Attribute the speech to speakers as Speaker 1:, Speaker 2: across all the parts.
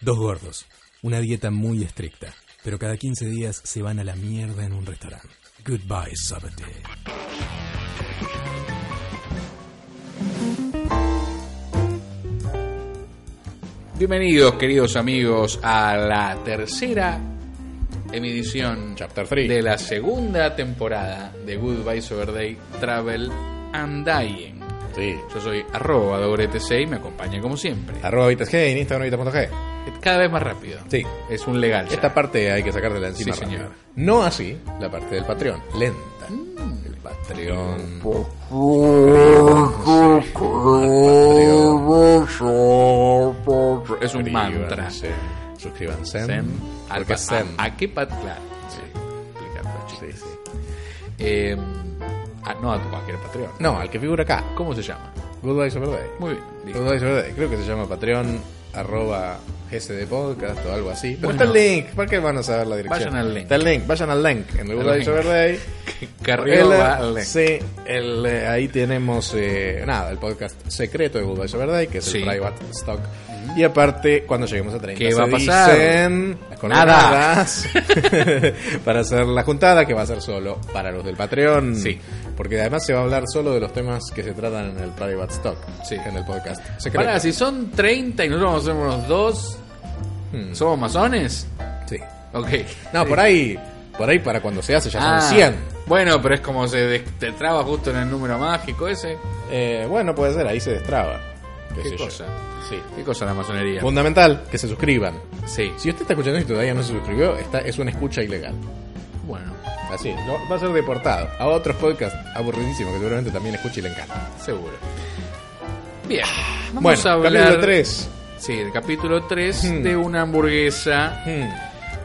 Speaker 1: Dos gordos, una dieta muy estricta, pero cada 15 días se van a la mierda en un restaurante. Goodbye, Sabate.
Speaker 2: Bienvenidos, queridos amigos, a la tercera emisión
Speaker 3: Chapter three.
Speaker 2: de la segunda temporada de Goodbye Soberday Travel and Dying.
Speaker 3: Sí.
Speaker 2: Yo soy arroba WTC y me acompaña como siempre.
Speaker 3: Arroba Vitas G en Instagram Vitas.g.
Speaker 2: Cada vez más rápido.
Speaker 3: Sí.
Speaker 2: Es un legal. ya.
Speaker 3: Esta parte hay que sacártela encima.
Speaker 2: Sí,
Speaker 3: rápido.
Speaker 2: señor.
Speaker 3: No así la parte del Patreon. Lenta.
Speaker 2: Mm.
Speaker 3: El Patreon.
Speaker 2: Es un mantra.
Speaker 3: Suscríbanse. Suscríbanse.
Speaker 2: Zen, al
Speaker 3: Porque
Speaker 2: pa-
Speaker 3: Zen.
Speaker 2: A, a qué pat- claro, sí. Explicar, pues,
Speaker 3: Sí, sí.
Speaker 2: Eh, ah, no a cualquier Patreon.
Speaker 3: No, al que figura acá.
Speaker 2: ¿Cómo se llama?
Speaker 3: Goodbye Soberday.
Speaker 2: Muy bien. listo.
Speaker 3: Goodbye Soberday. Creo que se llama Patreon arroba GSD Podcast o algo así. Pero
Speaker 2: Bueno.
Speaker 3: está el link. ¿Para qué van a saber la dirección?
Speaker 2: Vayan al link.
Speaker 3: Está el link. Vayan al link. En Goodbye
Speaker 2: link.
Speaker 3: Soberday.
Speaker 2: Carrillo
Speaker 3: El,
Speaker 2: va al-
Speaker 3: Sí, el, eh, ahí tenemos eh, nada, el podcast secreto de Goodbye Soberday, que es
Speaker 2: Sí.
Speaker 3: el Private Stock. Y aparte, cuando lleguemos a 30,
Speaker 2: ¿Qué va
Speaker 3: se
Speaker 2: a pasar?
Speaker 3: dicen las coordenadas para hacer la juntada, que va a ser solo para los del Patreon.
Speaker 2: Sí.
Speaker 3: Porque además se va a hablar solo de los temas que se tratan en el Private Stock,
Speaker 2: Sí.
Speaker 3: en el podcast secreto.
Speaker 2: Pará, si son 30 y nosotros somos unos dos,
Speaker 3: Hmm,
Speaker 2: ¿somos masones?
Speaker 3: sí.
Speaker 2: Ok.
Speaker 3: No, por ahí, por ahí para cuando se hace ya
Speaker 2: Ah,
Speaker 3: son 100.
Speaker 2: Bueno, pero es como se des- te traba justo en el número mágico ese.
Speaker 3: Eh, bueno, puede ser, ahí se destraba.
Speaker 2: ¿Qué
Speaker 3: sé yo.
Speaker 2: cosa?
Speaker 3: Sí.
Speaker 2: ¿Qué cosa la masonería?
Speaker 3: Fundamental, que se suscriban.
Speaker 2: Sí.
Speaker 3: Si usted está escuchando esto y todavía no se suscribió, está, es una escucha ilegal.
Speaker 2: Bueno,
Speaker 3: Así, no, va a ser deportado a otros podcasts aburridísimos que seguramente también escucha y le encanta.
Speaker 2: seguro. Bien. Vamos
Speaker 3: Ah, Bueno,
Speaker 2: a hablar.
Speaker 3: capítulo 3.
Speaker 2: Sí, el capítulo 3
Speaker 3: Hmm.
Speaker 2: de una hamburguesa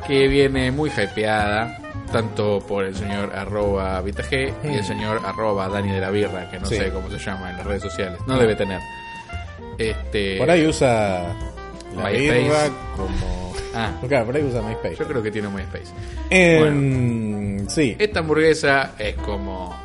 Speaker 2: que viene muy hypeada, tanto por el señor arroba VitaG y el
Speaker 3: Mm.
Speaker 2: señor arroba Dani de la Birra, que no
Speaker 3: Sí. Ah.
Speaker 2: sé cómo se llama en las redes sociales. No debe tener. Este,
Speaker 3: Eh, Por ahí usa la
Speaker 2: MySpace.
Speaker 3: birra como...
Speaker 2: Ah,
Speaker 3: Claro, por ahí usa MySpace.
Speaker 2: yo creo que tiene MySpace.
Speaker 3: Em, Sí.
Speaker 2: Esta hamburguesa es como...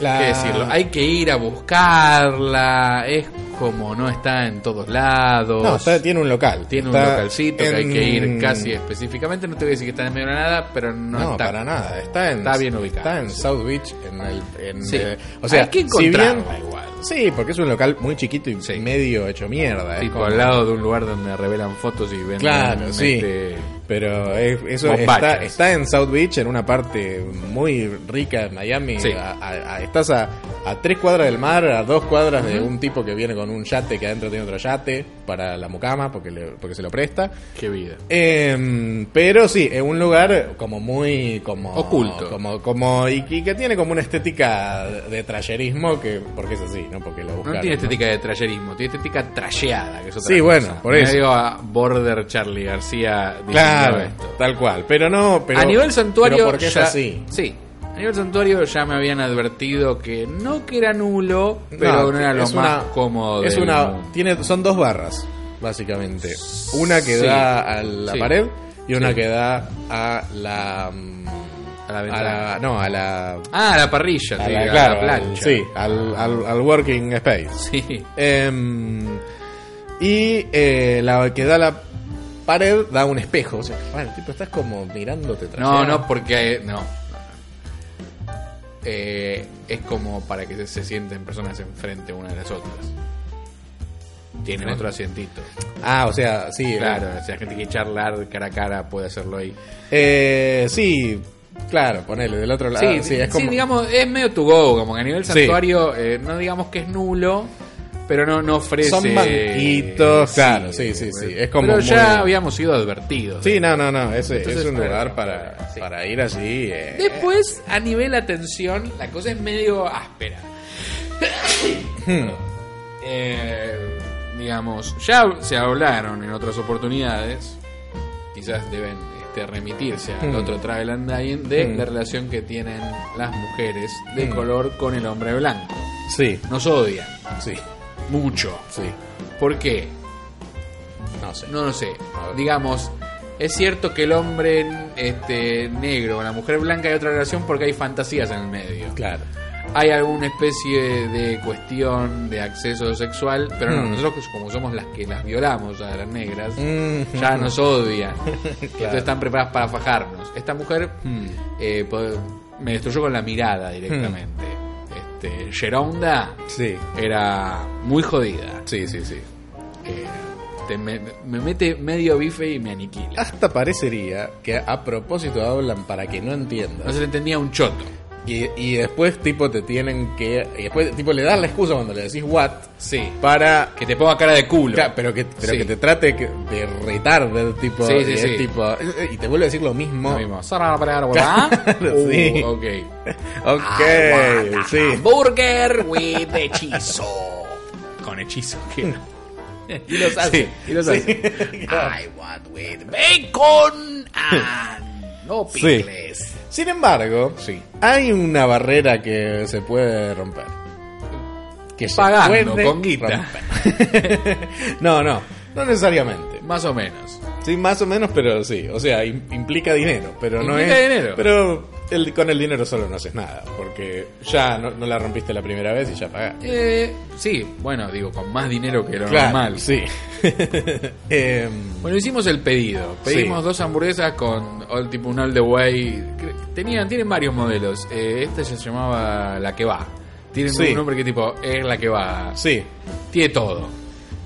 Speaker 3: La- Ah.
Speaker 2: ¿Qué decirlo? Hay que ir a buscarla, es como no está en todos lados.
Speaker 3: No, está- tiene un local.
Speaker 2: tiene un
Speaker 3: Está
Speaker 2: localcito que hay que ir
Speaker 3: en-
Speaker 2: casi específicamente. No te voy a decir que está en medio de la nada, pero no,
Speaker 3: No,
Speaker 2: está.
Speaker 3: para nada. Está en,
Speaker 2: Está bien ubicado,
Speaker 3: Está en
Speaker 2: sí.
Speaker 3: South Beach, en el... en,
Speaker 2: Sí.
Speaker 3: eh, o sea,
Speaker 2: hay que
Speaker 3: si bien...
Speaker 2: encontrarla igual.
Speaker 3: Sí, porque es un local muy chiquito y
Speaker 2: Sí.
Speaker 3: medio hecho mierda. es
Speaker 2: Tipo,
Speaker 3: como-
Speaker 2: al lado de un lugar donde revelan fotos y venden.
Speaker 3: Claro, sí.
Speaker 2: este,
Speaker 3: Pero es- eso
Speaker 2: Bombachas.
Speaker 3: está, está en South Beach, en una parte muy rica de Miami.
Speaker 2: Sí.
Speaker 3: A- a- a- estás a, a tres cuadras del mar, a dos cuadras de un tipo que viene con un yate que adentro tiene otro yate para la mucama porque, le- porque se lo presta.
Speaker 2: Qué vida.
Speaker 3: Em, pero sí, es un lugar como muy como
Speaker 2: Oculto.
Speaker 3: como como y, y que tiene como una estética de trayerismo que porque es así, no porque lo
Speaker 2: No
Speaker 3: buscaron.
Speaker 2: tiene estética de trayerismo, tiene estética trasheada, que es otra
Speaker 3: Sí,
Speaker 2: cosa.
Speaker 3: bueno, por eso.
Speaker 2: Medio a Border Charlie García diciendo
Speaker 3: Claro,
Speaker 2: esto.
Speaker 3: tal cual. Pero no, pero
Speaker 2: a nivel santuario.
Speaker 3: pero porque
Speaker 2: ya-
Speaker 3: es así.
Speaker 2: Sí. A nivel santuario ya me habían advertido que no que era nulo, pero no,
Speaker 3: que
Speaker 2: era lo
Speaker 3: es
Speaker 2: más
Speaker 3: una-
Speaker 2: cómodo
Speaker 3: Es
Speaker 2: del
Speaker 3: una,
Speaker 2: mundo.
Speaker 3: tiene, son dos barras, básicamente. Una que
Speaker 2: Sí.
Speaker 3: da a la
Speaker 2: Sí.
Speaker 3: pared y una
Speaker 2: Sí.
Speaker 3: que da a la. mm,
Speaker 2: A la ventana.
Speaker 3: no, a la.
Speaker 2: Ah, la parrilla,
Speaker 3: a
Speaker 2: sí,
Speaker 3: la-
Speaker 2: a
Speaker 3: claro,
Speaker 2: la
Speaker 3: al-
Speaker 2: plancha.
Speaker 3: sí, al, al- al working space.
Speaker 2: Sí.
Speaker 3: Em, y eh, la que da a la pared da un espejo. O sea, bueno, tipo, estás como mirándote.
Speaker 2: No,
Speaker 3: trasera.
Speaker 2: no, porque eh, no. Eh, es como para que se, se sienten personas enfrente una de las otras. Tienen otro asientito.
Speaker 3: Ah, o sea, sí.
Speaker 2: Claro, si la gente quiere charlar cara a cara puede hacerlo ahí.
Speaker 3: Eh, sí, claro, ponele del otro lado.
Speaker 2: sí,
Speaker 3: sí,
Speaker 2: sí,
Speaker 3: es como.
Speaker 2: digamos, es medio to go, como que a nivel
Speaker 3: Sí.
Speaker 2: santuario eh, no digamos que es nulo, pero no, no ofrece...
Speaker 3: Son banquitos, claro, sí, sí, sí, es como
Speaker 2: Pero
Speaker 3: muy-
Speaker 2: ya habíamos sido advertidos.
Speaker 3: Sí, no, no, no. ese-
Speaker 2: Entonces,
Speaker 3: es un
Speaker 2: bueno,
Speaker 3: lugar para,
Speaker 2: sí.
Speaker 3: para ir allí. eh.
Speaker 2: Después, pues, a nivel atención, la cosa es medio áspera.
Speaker 3: Hmm.
Speaker 2: Eh, digamos, ya se hablaron en otras oportunidades, quizás deben este, remitirse al
Speaker 3: Hmm.
Speaker 2: otro Travel and Dying, de
Speaker 3: Hmm.
Speaker 2: la relación que tienen las mujeres de
Speaker 3: Hmm.
Speaker 2: color con el hombre blanco.
Speaker 3: Sí,
Speaker 2: Nos odian
Speaker 3: sí,
Speaker 2: mucho.
Speaker 3: sí.
Speaker 2: ¿Por qué?
Speaker 3: No sé.
Speaker 2: No lo sé.
Speaker 3: A ver.
Speaker 2: Digamos, es cierto que el hombre este, negro, la mujer blanca hay otra relación porque hay fantasías en el medio.
Speaker 3: Claro.
Speaker 2: hay alguna especie de cuestión de acceso sexual, pero no,
Speaker 3: Mm.
Speaker 2: nosotros como somos las que las violamos a las negras,
Speaker 3: Mm.
Speaker 2: ya nos odian. Entonces están preparadas para fajarnos. Esta mujer
Speaker 3: Mm.
Speaker 2: eh, po- me destruyó con la mirada directamente.
Speaker 3: Mm.
Speaker 2: Este, Geronda
Speaker 3: Sí,
Speaker 2: era muy jodida.
Speaker 3: sí, sí, sí.
Speaker 2: Eh, te- me, me mete medio bife y me aniquila.
Speaker 3: Hasta parecería que a propósito hablan para que no
Speaker 2: No
Speaker 3: entiendas.
Speaker 2: se le entendía un choto.
Speaker 3: Y, y después, tipo, te tienen que. Y después, tipo, le das la excusa cuando le decís what
Speaker 2: Sí.
Speaker 3: para.
Speaker 2: Que te ponga cara de culo.
Speaker 3: Claro, pero que, pero
Speaker 2: Sí.
Speaker 3: que te trate que- de retardar, tipo.
Speaker 2: Sí, sí,
Speaker 3: y es
Speaker 2: sí.
Speaker 3: tipo. Y te vuelve a decir lo mismo.
Speaker 2: Lo mismo. Sara la palabra, ¿verdad? Uh,
Speaker 3: sí.
Speaker 2: Ok.
Speaker 3: Ok,
Speaker 2: Ah,
Speaker 3: sí.
Speaker 2: Burger with hechizo. Con hechizo, ¿qué? Y los hace.
Speaker 3: Sí,
Speaker 2: y los
Speaker 3: sí.
Speaker 2: hace. I want with bacon and no
Speaker 3: Sí.
Speaker 2: pickles.
Speaker 3: Sin embargo,
Speaker 2: Sí.
Speaker 3: hay una barrera que se puede romper. Que se
Speaker 2: Pagando
Speaker 3: puede
Speaker 2: con guita.
Speaker 3: romper. no, no, no necesariamente.
Speaker 2: Más o menos.
Speaker 3: Sí, más o menos, pero sí. O sea, im- implica dinero, pero no
Speaker 2: Implica
Speaker 3: es.
Speaker 2: dinero.
Speaker 3: Pero el- con el dinero solo no haces nada, porque ya no, no la rompiste la primera vez y ya pagaste.
Speaker 2: Eh, sí, bueno, digo, con más dinero que lo
Speaker 3: Claro,
Speaker 2: normal.
Speaker 3: sí. Em,
Speaker 2: Bueno, hicimos el pedido. Pedimos
Speaker 3: Sí.
Speaker 2: dos hamburguesas con all, tipo un all the way. Cre- Tenían, tienen varios modelos. Eh, esta se llamaba la que va. Tienen
Speaker 3: Sí.
Speaker 2: un nombre que tipo es la que va.
Speaker 3: sí.
Speaker 2: Tiene todo.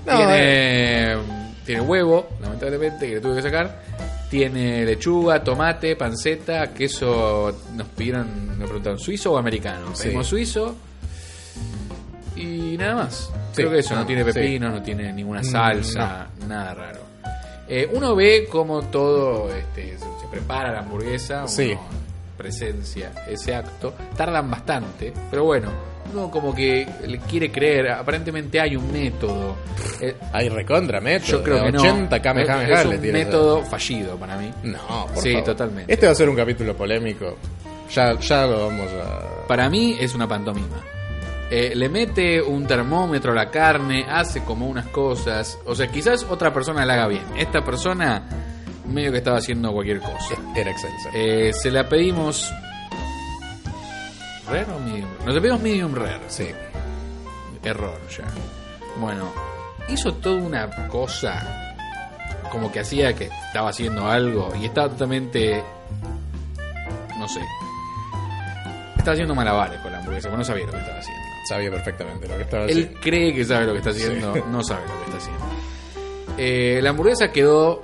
Speaker 3: No, eh.
Speaker 2: tiene, tiene huevo, lamentablemente, que le tuve que sacar. Tiene lechuga, tomate, panceta, queso. Nos pidieron, nos preguntaron, ¿suizo o americano?
Speaker 3: Sí.
Speaker 2: Pedimos suizo. Y nada más.
Speaker 3: Sí.
Speaker 2: Creo que eso, no
Speaker 3: Ah,
Speaker 2: tiene
Speaker 3: sí. Mm,
Speaker 2: pepinos, no tiene ninguna salsa, nada raro. Eh, uno ve cómo todo este, se, se prepara la hamburguesa,
Speaker 3: Sí.
Speaker 2: uno presencia ese acto. Tardan bastante, pero bueno, uno como que le quiere creer. Aparentemente hay un método. Eh,
Speaker 3: Hay recontra método.
Speaker 2: yo creo que no.
Speaker 3: 80
Speaker 2: Es-
Speaker 3: Kamehameha
Speaker 2: es,
Speaker 3: le
Speaker 2: un
Speaker 3: tiras.
Speaker 2: método fallido para mí.
Speaker 3: No, por
Speaker 2: Sí,
Speaker 3: favor.
Speaker 2: totalmente.
Speaker 3: Este va a ser un capítulo polémico. Ya, ya lo vamos a.
Speaker 2: Para mí es una pantomima. Eh, le mete un termómetro a la carne, hace como unas cosas. O sea, quizás otra persona la haga bien. Esta persona medio que estaba haciendo cualquier cosa.
Speaker 3: Era excelso.
Speaker 2: Eh, se la pedimos. ¿Rare o medium? Nos la pedimos medium rare.
Speaker 3: sí.
Speaker 2: Error ya. Bueno, hizo toda una cosa como que hacía que estaba haciendo algo y estaba totalmente. No sé. Estaba haciendo malabares con la hamburguesa, porque no sabía lo que estaba haciendo.
Speaker 3: Sabía perfectamente lo que estaba
Speaker 2: Él
Speaker 3: haciendo.
Speaker 2: cree que sabe lo que está haciendo, no sabe lo que está haciendo. Eh, la hamburguesa quedó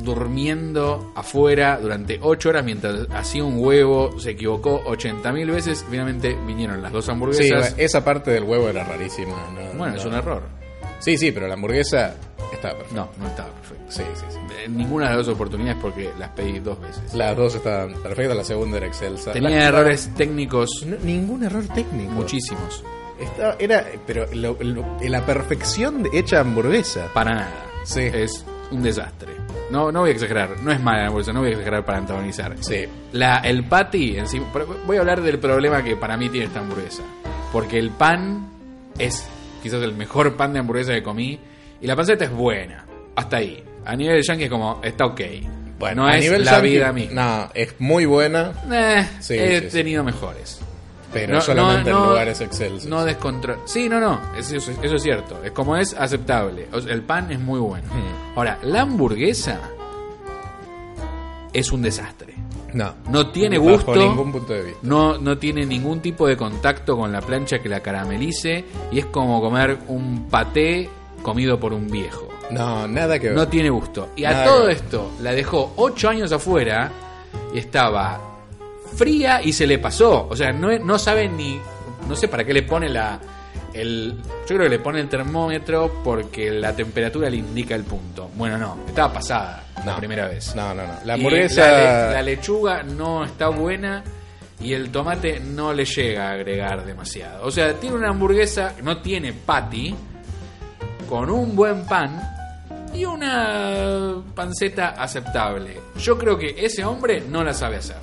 Speaker 2: durmiendo afuera durante 8 horas mientras hacía un huevo, se equivocó 80.000 veces, finalmente vinieron las dos
Speaker 3: Sí,
Speaker 2: hamburguesas.
Speaker 3: esa parte del huevo era rarísima. no-
Speaker 2: bueno,
Speaker 3: no.
Speaker 2: es un error.
Speaker 3: Sí, sí, pero la hamburguesa estaba perfecta.
Speaker 2: No, no estaba perfecto.
Speaker 3: Sí, sí, sí.
Speaker 2: En ninguna de las dos oportunidades porque las pedí dos veces.
Speaker 3: Las dos estaban perfectas, la segunda era excelsa.
Speaker 2: Tenía
Speaker 3: La-
Speaker 2: errores técnicos
Speaker 3: No, ningún error técnico.
Speaker 2: muchísimos,
Speaker 3: Estaba- era, pero lo- lo- la perfección de- hecha hamburguesa.
Speaker 2: para nada.
Speaker 3: Sí.
Speaker 2: Es un desastre. No, no voy a exagerar, no es mala la hamburguesa, no voy a exagerar para antagonizar.
Speaker 3: Sí.
Speaker 2: La, el patty, en sí- pero voy a hablar del problema que para mí tiene esta hamburguesa. Porque el pan es quizás el mejor pan de hamburguesa que comí. Y la panceta es buena. Hasta ahí. A nivel de yankee es como, está ok. Bueno, no
Speaker 3: a
Speaker 2: es
Speaker 3: nivel
Speaker 2: la
Speaker 3: yankee,
Speaker 2: vida misma.
Speaker 3: No, es muy buena,
Speaker 2: Eh,
Speaker 3: Sí,
Speaker 2: he
Speaker 3: sí, sí.
Speaker 2: tenido mejores.
Speaker 3: pero
Speaker 2: No,
Speaker 3: solamente
Speaker 2: no,
Speaker 3: en
Speaker 2: no,
Speaker 3: lugares excelsos.
Speaker 2: No descontrol. Sí, no, no. Eso, eso- eso es cierto. Es como es aceptable. O sea, el pan es muy bueno.
Speaker 3: Hmm.
Speaker 2: Ahora, la hamburguesa es un desastre.
Speaker 3: no.
Speaker 2: No tiene
Speaker 3: Bajo
Speaker 2: gusto.
Speaker 3: ningún punto de vista.
Speaker 2: No, no tiene ningún tipo de contacto con la plancha que la caramelice y es como comer un paté comido por un viejo.
Speaker 3: No, nada que ver.
Speaker 2: No tiene gusto. Y a
Speaker 3: Nada que
Speaker 2: todo
Speaker 3: ver.
Speaker 2: esto la dejó 8 años afuera y estaba fría y se le pasó. O sea, no, no sabe ni... No sé para qué le pone la... El, yo creo que le pone el termómetro porque la temperatura le indica el punto. Bueno, no, estaba pasada la
Speaker 3: No.
Speaker 2: primera vez.
Speaker 3: No, no, no. La
Speaker 2: Y
Speaker 3: hamburguesa.
Speaker 2: La, le- la lechuga no está buena y el tomate no le llega a agregar demasiado. O sea, tiene una hamburguesa, no tiene patty, con un buen pan y una panceta aceptable. Yo creo que ese hombre no la sabe hacer.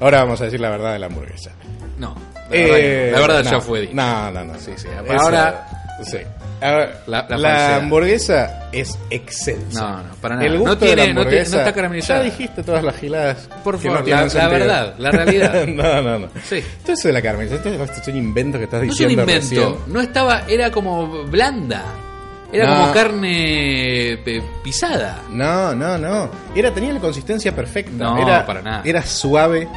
Speaker 3: Ahora vamos a decir la verdad de la hamburguesa.
Speaker 2: No. La verdad, que no.
Speaker 3: Eh,
Speaker 2: La verdad
Speaker 3: no,
Speaker 2: ya fue dicho.
Speaker 3: No, no, no.
Speaker 2: Sí, sí.
Speaker 3: Eso-
Speaker 2: Ahora-
Speaker 3: Sí. A ver,
Speaker 2: La-
Speaker 3: la,
Speaker 2: la falsedad.
Speaker 3: hamburguesa es excelsa.
Speaker 2: No, no, para nada.
Speaker 3: El
Speaker 2: No
Speaker 3: gusto
Speaker 2: tiene- no tiene-
Speaker 3: de la
Speaker 2: no
Speaker 3: hamburguesa.
Speaker 2: está caramelizada.
Speaker 3: Ya dijiste todas las giladas.
Speaker 2: Por
Speaker 3: que
Speaker 2: favor,
Speaker 3: no
Speaker 2: la,
Speaker 3: tienen
Speaker 2: la
Speaker 3: sentido.
Speaker 2: verdad, la realidad.
Speaker 3: no, no, no.
Speaker 2: Sí.
Speaker 3: Todo eso de la caramelizada, esto es un invento que estás
Speaker 2: No es un
Speaker 3: diciendo.
Speaker 2: invento,
Speaker 3: recién.
Speaker 2: no estaba, era como blanda, era
Speaker 3: No.
Speaker 2: como carne eh, pisada.
Speaker 3: No, no, no. Era, tenía la consistencia perfecta.
Speaker 2: No,
Speaker 3: era,
Speaker 2: para nada.
Speaker 3: Era suave.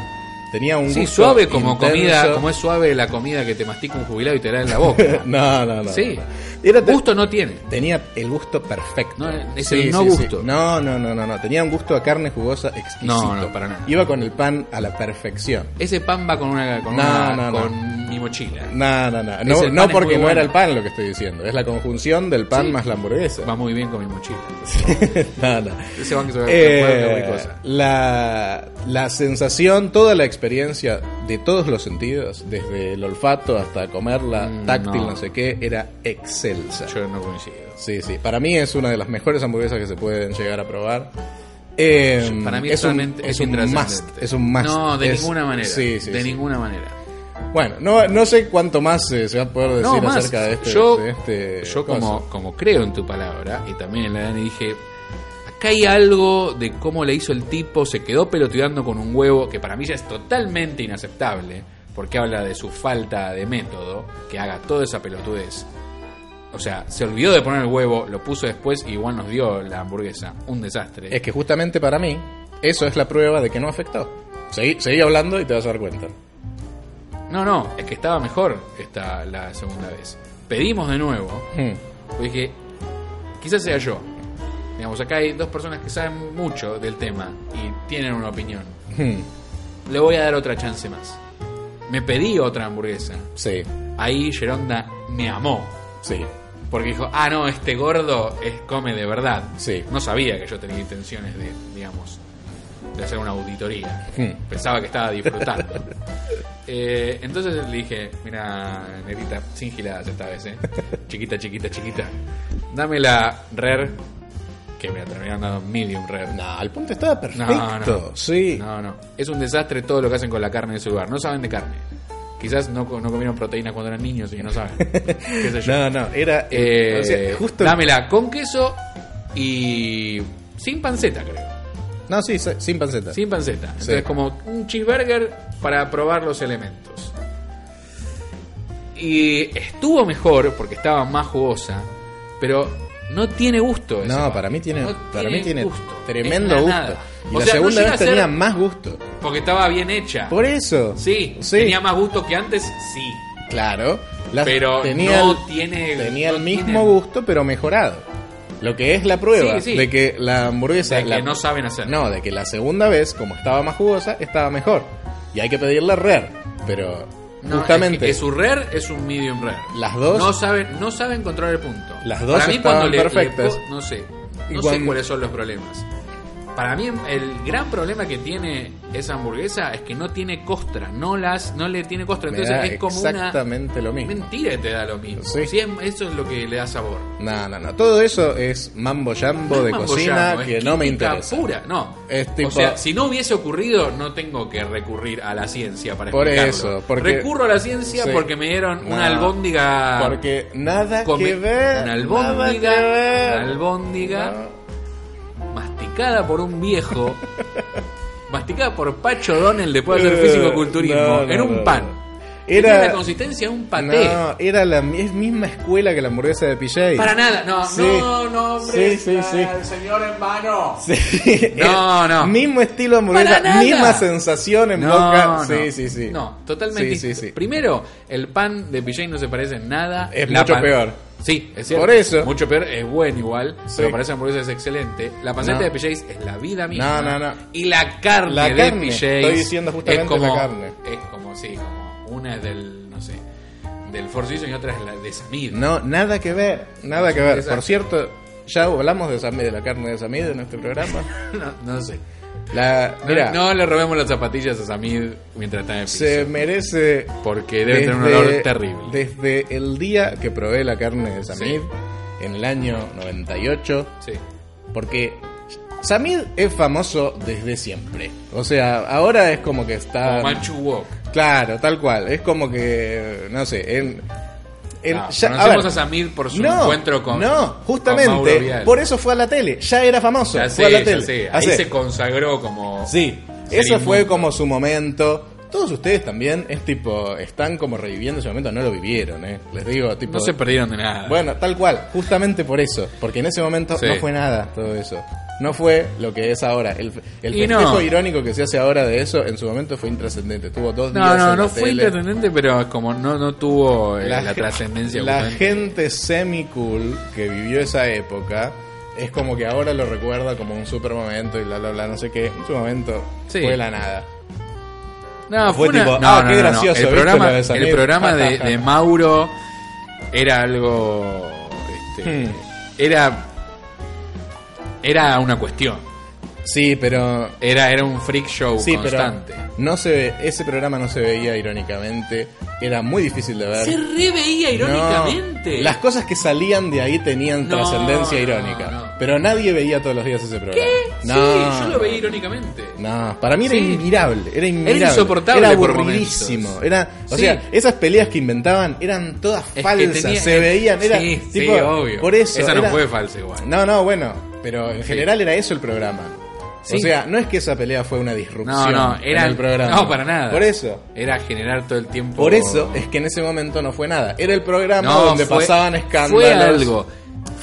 Speaker 3: Tenía un
Speaker 2: Sí,
Speaker 3: gusto
Speaker 2: suave como
Speaker 3: intenso.
Speaker 2: comida, como es suave la comida que te mastica un jubilado y te la da en la boca.
Speaker 3: No, no, no.
Speaker 2: Sí.
Speaker 3: no, no. Era te-
Speaker 2: Gusto no tiene.
Speaker 3: Tenía el gusto perfecto.
Speaker 2: No, es el no gusto.
Speaker 3: No, no, no, no, no. Tenía un gusto a carne jugosa exquisito.
Speaker 2: No, no, para nada.
Speaker 3: Iba con el pan a la perfección.
Speaker 2: Ese pan va con una con,
Speaker 3: No,
Speaker 2: una-
Speaker 3: no, no.
Speaker 2: con mi mochila.
Speaker 3: No, no, no.
Speaker 2: el
Speaker 3: No,
Speaker 2: pan
Speaker 3: no
Speaker 2: es muy
Speaker 3: porque no
Speaker 2: bueno.
Speaker 3: era el pan lo que estoy diciendo. Es la conjunción del pan
Speaker 2: Sí.
Speaker 3: más la hamburguesa.
Speaker 2: Va muy bien con mi mochila.
Speaker 3: no, no.
Speaker 2: Ese pan que se va a
Speaker 3: Eh,
Speaker 2: cualquier cosa.
Speaker 3: la, la sensación, toda la experiencia de todos los sentidos, desde el olfato hasta comerla,
Speaker 2: Mm,
Speaker 3: táctil,
Speaker 2: no.
Speaker 3: no. sé qué, era excelsa.
Speaker 2: Yo no coincido.
Speaker 3: Sí, sí. Para mí es una de las mejores hamburguesas que se pueden llegar a probar. Eh,
Speaker 2: Para mí
Speaker 3: es un,
Speaker 2: realmente
Speaker 3: es un
Speaker 2: intrascendente.
Speaker 3: must. Es un must.
Speaker 2: No, de
Speaker 3: Es-
Speaker 2: ninguna manera.
Speaker 3: Sí, sí,
Speaker 2: de
Speaker 3: sí.
Speaker 2: ninguna manera.
Speaker 3: Bueno, no, no sé cuánto más eh, se va a poder
Speaker 2: No,
Speaker 3: decir
Speaker 2: más.
Speaker 3: acerca de este.
Speaker 2: yo,
Speaker 3: de este
Speaker 2: yo
Speaker 3: cosa.
Speaker 2: como, como creo en tu palabra, y también en la de Dani dije, acá hay algo de cómo le hizo el tipo, se quedó peloteando con un huevo, que para mí ya es totalmente inaceptable, porque habla de su falta de método, que haga toda esa pelotudez. O sea, se olvidó de poner el huevo, lo puso después y igual nos dio la hamburguesa. Un desastre.
Speaker 3: Es que justamente para mí, eso es la prueba de que no afectó. Seguí, seguí hablando y te vas a dar cuenta.
Speaker 2: No, no, es que estaba mejor esta, la segunda vez. Pedimos de nuevo.
Speaker 3: Hmm.
Speaker 2: Porque Pues dije, quizás sea yo. Digamos, acá hay dos personas que saben mucho del tema y tienen una opinión.
Speaker 3: Hmm.
Speaker 2: Le voy a dar otra chance más. Me pedí otra hamburguesa.
Speaker 3: Sí,
Speaker 2: Ahí Geronda me amó.
Speaker 3: sí.
Speaker 2: Porque dijo, ah, no, este gordo es, come de verdad.
Speaker 3: Sí.
Speaker 2: No sabía que yo tenía intenciones de, digamos, de hacer una auditoría.
Speaker 3: Hmm.
Speaker 2: Pensaba que estaba disfrutando. Eh, entonces le dije, mira, negrita, sin giladas esta vez, ¿eh? Chiquita, chiquita, chiquita. Dame la rare, que me la terminaron dando medium rare.
Speaker 3: No, el Ah, punto estaba
Speaker 2: No,
Speaker 3: perfecto.
Speaker 2: no.
Speaker 3: Sí.
Speaker 2: No, no. Es un desastre todo lo que hacen con la carne de ese lugar. No saben de carne. Quizás no, co- no comieron proteínas cuando eran niños y que no saben. Qué sé yo.
Speaker 3: No, no, era.
Speaker 2: Eh,
Speaker 3: o sea, justo.
Speaker 2: Dámela con queso y sin panceta, creo.
Speaker 3: No, sí, sí, sin panceta.
Speaker 2: Sin panceta. Entonces,
Speaker 3: Sí.
Speaker 2: como un cheeseburger para probar los elementos. Y estuvo mejor porque estaba más jugosa, pero no tiene gusto. ese
Speaker 3: No,
Speaker 2: pan.
Speaker 3: para mí tiene,
Speaker 2: No
Speaker 3: para mí tiene
Speaker 2: gusto.
Speaker 3: tremendo
Speaker 2: Es
Speaker 3: gusto.
Speaker 2: nada.
Speaker 3: Y
Speaker 2: O
Speaker 3: la
Speaker 2: sea, no
Speaker 3: segunda
Speaker 2: llega
Speaker 3: vez
Speaker 2: a ser-
Speaker 3: tenía más gusto.
Speaker 2: Porque estaba bien hecha.
Speaker 3: Por eso.
Speaker 2: Sí, tenía más gusto que antes, sí.
Speaker 3: Claro. La-
Speaker 2: Pero
Speaker 3: tenía
Speaker 2: no
Speaker 3: el,
Speaker 2: tiene.
Speaker 3: tenía
Speaker 2: no
Speaker 3: el
Speaker 2: tiene-
Speaker 3: mismo gusto, pero mejorado. Lo que es la prueba
Speaker 2: Sí, sí.
Speaker 3: de que la hamburguesa.
Speaker 2: De que
Speaker 3: la-
Speaker 2: no saben hacer.
Speaker 3: No, de que la segunda vez, como estaba más jugosa, estaba mejor. Y hay que pedirle rare. Pero
Speaker 2: No,
Speaker 3: justamente.
Speaker 2: Es, es un rare, es un medium rare.
Speaker 3: Las dos-
Speaker 2: No saben, no saben controlar el punto.
Speaker 3: Las dos
Speaker 2: Para mí,
Speaker 3: estaban
Speaker 2: cuando le- le
Speaker 3: perfectas.
Speaker 2: po- no sé.
Speaker 3: Y
Speaker 2: No sé
Speaker 3: cuando-
Speaker 2: cuáles son los problemas. Para mí, el gran problema que tiene esa hamburguesa es que no tiene costra. No las no le tiene costra.
Speaker 3: me
Speaker 2: Entonces
Speaker 3: da
Speaker 2: es como una.
Speaker 3: exactamente lo mismo.
Speaker 2: Mentira que te da lo mismo.
Speaker 3: Sí.
Speaker 2: Sí, es- eso es lo que le da sabor.
Speaker 3: No, no, no. Todo eso es mambo
Speaker 2: No
Speaker 3: jambo
Speaker 2: es
Speaker 3: de
Speaker 2: mambo
Speaker 3: cocina
Speaker 2: llamo, es
Speaker 3: que no me
Speaker 2: química
Speaker 3: interesa.
Speaker 2: pura, no.
Speaker 3: Es tipo-
Speaker 2: O sea, si no hubiese ocurrido, no tengo que recurrir a la ciencia para
Speaker 3: Por
Speaker 2: explicarlo.
Speaker 3: eso, porque-
Speaker 2: Recurro a la ciencia
Speaker 3: Sí.
Speaker 2: porque me dieron una
Speaker 3: No,
Speaker 2: albóndiga...
Speaker 3: Porque nada
Speaker 2: comi-
Speaker 3: que ver.
Speaker 2: Una
Speaker 3: nada que
Speaker 2: albóndiga,
Speaker 3: ver.
Speaker 2: una albóndiga
Speaker 3: No.
Speaker 2: masticada por un viejo, masticada por Pacho Donel después de hacer físico-culturismo,
Speaker 3: Eh, No, no,
Speaker 2: en un
Speaker 3: no,
Speaker 2: pan.
Speaker 3: no.
Speaker 2: Que
Speaker 3: Era-
Speaker 2: tiene la consistencia de un paté.
Speaker 3: No, era la mi- es misma escuela que la hamburguesa de PJ.
Speaker 2: Para nada, no,
Speaker 3: Sí.
Speaker 2: no, no, hombre,
Speaker 3: Sí, sí, sí.
Speaker 2: el señor en vano.
Speaker 3: Sí.
Speaker 2: No, no.
Speaker 3: Mismo estilo de hamburguesa,
Speaker 2: Para nada.
Speaker 3: misma sensación en
Speaker 2: No,
Speaker 3: boca.
Speaker 2: no.
Speaker 3: Sí, sí, sí.
Speaker 2: No, totalmente.
Speaker 3: Sí, sí, sí.
Speaker 2: Primero, el pan de PJ no se parece en nada.
Speaker 3: Es
Speaker 2: La
Speaker 3: mucho
Speaker 2: pan-
Speaker 3: peor.
Speaker 2: Sí, es cierto.
Speaker 3: Por eso.
Speaker 2: Mucho peor, es bueno igual.
Speaker 3: Sí.
Speaker 2: Pero para esa hamburguesa es excelente. La panceta
Speaker 3: No.
Speaker 2: de PJ es la vida misma.
Speaker 3: No, no, no.
Speaker 2: Y la carne
Speaker 3: La
Speaker 2: de
Speaker 3: carne,
Speaker 2: PJ.
Speaker 3: estoy diciendo justamente
Speaker 2: es como,
Speaker 3: la carne.
Speaker 2: Es como, sí, como una es del, no sé, del Four Seasons y otra es la de Samid.
Speaker 3: No, nada que ver, nada que ver.
Speaker 2: Exacto.
Speaker 3: Por cierto, ya hablamos de Samid, de la carne de Samid en este programa.
Speaker 2: no, no sé.
Speaker 3: La,
Speaker 2: No,
Speaker 3: mira,
Speaker 2: no le robemos las zapatillas a Samid mientras está en el piso.
Speaker 3: se merece
Speaker 2: Porque debe tener un olor terrible.
Speaker 3: Desde el día que probé la carne de Samid, en el año 98,
Speaker 2: Sí.
Speaker 3: porque Samid es famoso desde siempre. O sea, ahora es como que está...
Speaker 2: Como Manchu Wok.
Speaker 3: Claro, tal cual. Es como que, no sé, en, en-
Speaker 2: Ah,
Speaker 3: ya- a
Speaker 2: conocemos
Speaker 3: ver.
Speaker 2: a, Samir por su
Speaker 3: No,
Speaker 2: encuentro con.
Speaker 3: No,
Speaker 2: con Mauro
Speaker 3: justamente.
Speaker 2: Vial.
Speaker 3: por eso fue a la tele. Ya era famoso.
Speaker 2: Ya
Speaker 3: fue a
Speaker 2: sé,
Speaker 3: la
Speaker 2: ya
Speaker 3: tele.
Speaker 2: sé. Ahí
Speaker 3: Hace-
Speaker 2: se consagró como.
Speaker 3: Sí,
Speaker 2: ser
Speaker 3: eso fue
Speaker 2: inmundo.
Speaker 3: como su momento. Todos ustedes también es tipo, están como reviviendo ese momento, no lo vivieron, ¿eh? Les digo, tipo...
Speaker 2: No se perdieron de nada.
Speaker 3: Bueno, tal cual, justamente por eso, porque en ese momento
Speaker 2: Sí.
Speaker 3: no fue nada todo eso. No fue lo que es ahora. El, el
Speaker 2: Y
Speaker 3: festejo
Speaker 2: no.
Speaker 3: irónico que se hace ahora de eso, en su momento fue intrascendente. Estuvo dos
Speaker 2: no,
Speaker 3: días
Speaker 2: no,
Speaker 3: en la
Speaker 2: no fue
Speaker 3: tele.
Speaker 2: intrascendente, pero como no, no tuvo eh, la,
Speaker 3: gen-
Speaker 2: trascendencia.
Speaker 3: La
Speaker 2: justamente.
Speaker 3: gente semi-cool que vivió esa época es como que ahora lo recuerda como un super momento y bla, bla, bla, no sé qué. En su momento
Speaker 2: Sí.
Speaker 3: fue la nada.
Speaker 2: No,
Speaker 3: Fue tipo, ah, qué gracioso,
Speaker 2: El
Speaker 3: ¿viste
Speaker 2: programa,
Speaker 3: lo de Samir?
Speaker 2: el programa de, de Mauro era algo. este,
Speaker 3: Hmm.
Speaker 2: Era. Era una cuestión.
Speaker 3: Sí, pero.
Speaker 2: Era, era un freak show
Speaker 3: Sí,
Speaker 2: Uh, constante.
Speaker 3: pero no se ve- ese programa no se veía irónicamente, era muy difícil de ver.
Speaker 2: Se re veía
Speaker 3: No,
Speaker 2: irónicamente.
Speaker 3: las cosas que salían de ahí tenían
Speaker 2: No,
Speaker 3: trascendencia irónica,
Speaker 2: no, no.
Speaker 3: pero nadie veía todos los días ese programa. No,
Speaker 2: sí, yo lo veía irónicamente.
Speaker 3: No, para mí era
Speaker 2: Sí.
Speaker 3: inmirable, era inmirable.
Speaker 2: insoportable
Speaker 3: Era
Speaker 2: por
Speaker 3: aburridísimo.
Speaker 2: momentos.
Speaker 3: Era, o
Speaker 2: Sí.
Speaker 3: sea, esas peleas que inventaban eran todas
Speaker 2: Es que
Speaker 3: falsas,
Speaker 2: tenía-
Speaker 3: se veían, era
Speaker 2: sí, sí,
Speaker 3: tipo,
Speaker 2: obvio.
Speaker 3: por eso.
Speaker 2: Esa no
Speaker 3: era-
Speaker 2: fue falsa igual.
Speaker 3: No, no, bueno, pero en general era eso el programa.
Speaker 2: Sí.
Speaker 3: O sea, no es que esa pelea fue una disrupción
Speaker 2: no, era
Speaker 3: en el programa.
Speaker 2: No, para nada.
Speaker 3: Por eso.
Speaker 2: Era generar todo el tiempo.
Speaker 3: Por eso es que en ese momento no fue nada. Era el programa
Speaker 2: No,
Speaker 3: donde
Speaker 2: fue-
Speaker 3: pasaban escándalos.
Speaker 2: Fue algo.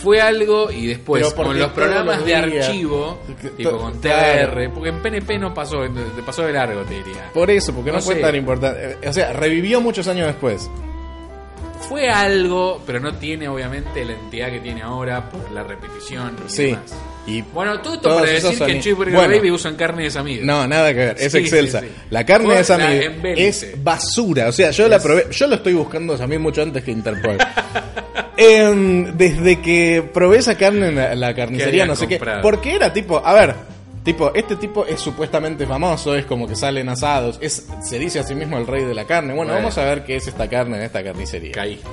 Speaker 2: Fue algo y después
Speaker 3: Pero porque
Speaker 2: con los
Speaker 3: todos
Speaker 2: programas
Speaker 3: los
Speaker 2: de
Speaker 3: días-
Speaker 2: archivo,
Speaker 3: Que-
Speaker 2: tipo
Speaker 3: to-
Speaker 2: con
Speaker 3: claro.
Speaker 2: TR, porque en PNP no pasó, te pasó de largo, te diría.
Speaker 3: Por eso, porque no,
Speaker 2: No
Speaker 3: fue
Speaker 2: sé.
Speaker 3: tan importante. Eh, O sea, revivió muchos años después.
Speaker 2: Fue algo, pero no tiene obviamente la entidad que tiene ahora por la repetición y
Speaker 3: Sí.
Speaker 2: demás.
Speaker 3: Y
Speaker 2: Bueno, todo esto
Speaker 3: Todos
Speaker 2: para decir
Speaker 3: esos
Speaker 2: que en
Speaker 3: soni-
Speaker 2: Cheeseburger
Speaker 3: Bueno.
Speaker 2: Baby usan carne de Samir.
Speaker 3: No, nada que ver, es
Speaker 2: Sí,
Speaker 3: excelsa.
Speaker 2: sí, sí.
Speaker 3: La carne
Speaker 2: Fue
Speaker 3: de Samir
Speaker 2: la embelice.
Speaker 3: es basura, o sea, yo la probé, yo lo estoy buscando a Samir mucho antes que Interpol. Em, desde que probé esa carne en la, la carnicería,
Speaker 2: habían
Speaker 3: no sé
Speaker 2: comprado?
Speaker 3: qué, porque era tipo, a ver, tipo, este tipo es supuestamente famoso, es como que salen asados, es, se dice a sí mismo el rey de la carne. Bueno,
Speaker 2: Bueno.
Speaker 3: vamos a ver qué es esta carne en esta carnicería.
Speaker 2: Caíste.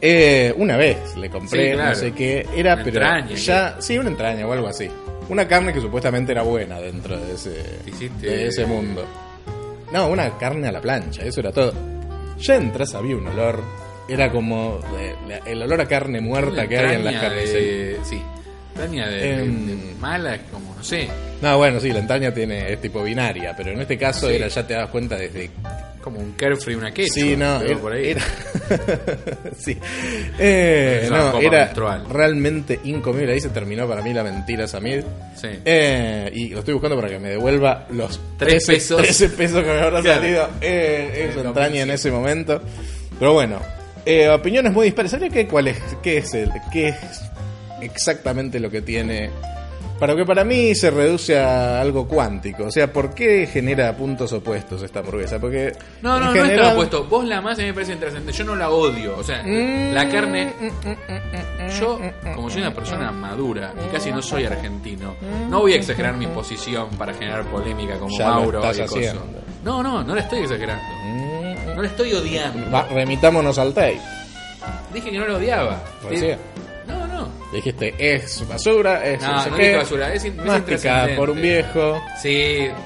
Speaker 3: Eh, una vez le compré,
Speaker 2: Sí, claro.
Speaker 3: no sé qué, era
Speaker 2: Una
Speaker 3: pero
Speaker 2: entraña,
Speaker 3: ya, sí, una entraña o algo así. Una carne que supuestamente era buena dentro de ese,
Speaker 2: Te hiciste-
Speaker 3: de ese mundo. No, una carne a la plancha, eso era todo. Ya entras, había un olor, era como eh, la- el olor a carne muerta que hay en las
Speaker 2: Entraña
Speaker 3: carnes.
Speaker 2: de- Sí. Entraña de, de-
Speaker 3: Em.
Speaker 2: de mala, es como no sé.
Speaker 3: No, bueno, sí, la entraña tiene, es tipo binaria, pero en este caso
Speaker 2: Sí.
Speaker 3: era, ya te das cuenta desde
Speaker 2: Como un carefree, una quecha.
Speaker 3: Sí, no, era,
Speaker 2: por ahí.
Speaker 3: era- sí. Eh,
Speaker 2: Es una
Speaker 3: no,
Speaker 2: copa
Speaker 3: era
Speaker 2: menstrual.
Speaker 3: realmente incomible. Ahí se terminó para mí la mentira, Samir.
Speaker 2: Sí.
Speaker 3: Eh, y lo estoy buscando para que me devuelva los
Speaker 2: Tres
Speaker 3: 13
Speaker 2: pesos.
Speaker 3: 13 pesos que me habrá
Speaker 2: Claro.
Speaker 3: salido eh, en su
Speaker 2: En
Speaker 3: entraña en ese momento. Pero bueno, eh, opiniones muy dispares. ¿Sabría qué, cuál es, qué es el, qué es exactamente lo que tiene? Para que para mí se reduce a algo cuántico. O sea, ¿por qué genera puntos opuestos esta hamburguesa? Porque.
Speaker 2: No,
Speaker 3: en
Speaker 2: no, no
Speaker 3: general-
Speaker 2: está lo opuesto. Vos la más a mí me parece interesante. Yo no la odio. O sea,
Speaker 3: Mm,
Speaker 2: la carne.
Speaker 3: mm, mm, mm, mm,
Speaker 2: Yo,
Speaker 3: mm, mm,
Speaker 2: como
Speaker 3: mm,
Speaker 2: soy una
Speaker 3: mm,
Speaker 2: persona madura y casi no soy argentino, no voy a exagerar mi posición para generar polémica como
Speaker 3: Ya lo
Speaker 2: Mauro
Speaker 3: estás
Speaker 2: y coso.
Speaker 3: haciendo.
Speaker 2: No, no, no la estoy exagerando.
Speaker 3: mm,
Speaker 2: No la estoy odiando.
Speaker 3: mm. Va, remitámonos al tape.
Speaker 2: Dije que no la odiaba. Eh,
Speaker 3: Recién.
Speaker 2: No, no.
Speaker 3: Dijiste, es basura, es
Speaker 2: No,
Speaker 3: no sé
Speaker 2: no
Speaker 3: qué,
Speaker 2: dije basura, es in- es
Speaker 3: masticada por un
Speaker 2: intrascendente.
Speaker 3: viejo.
Speaker 2: Sí,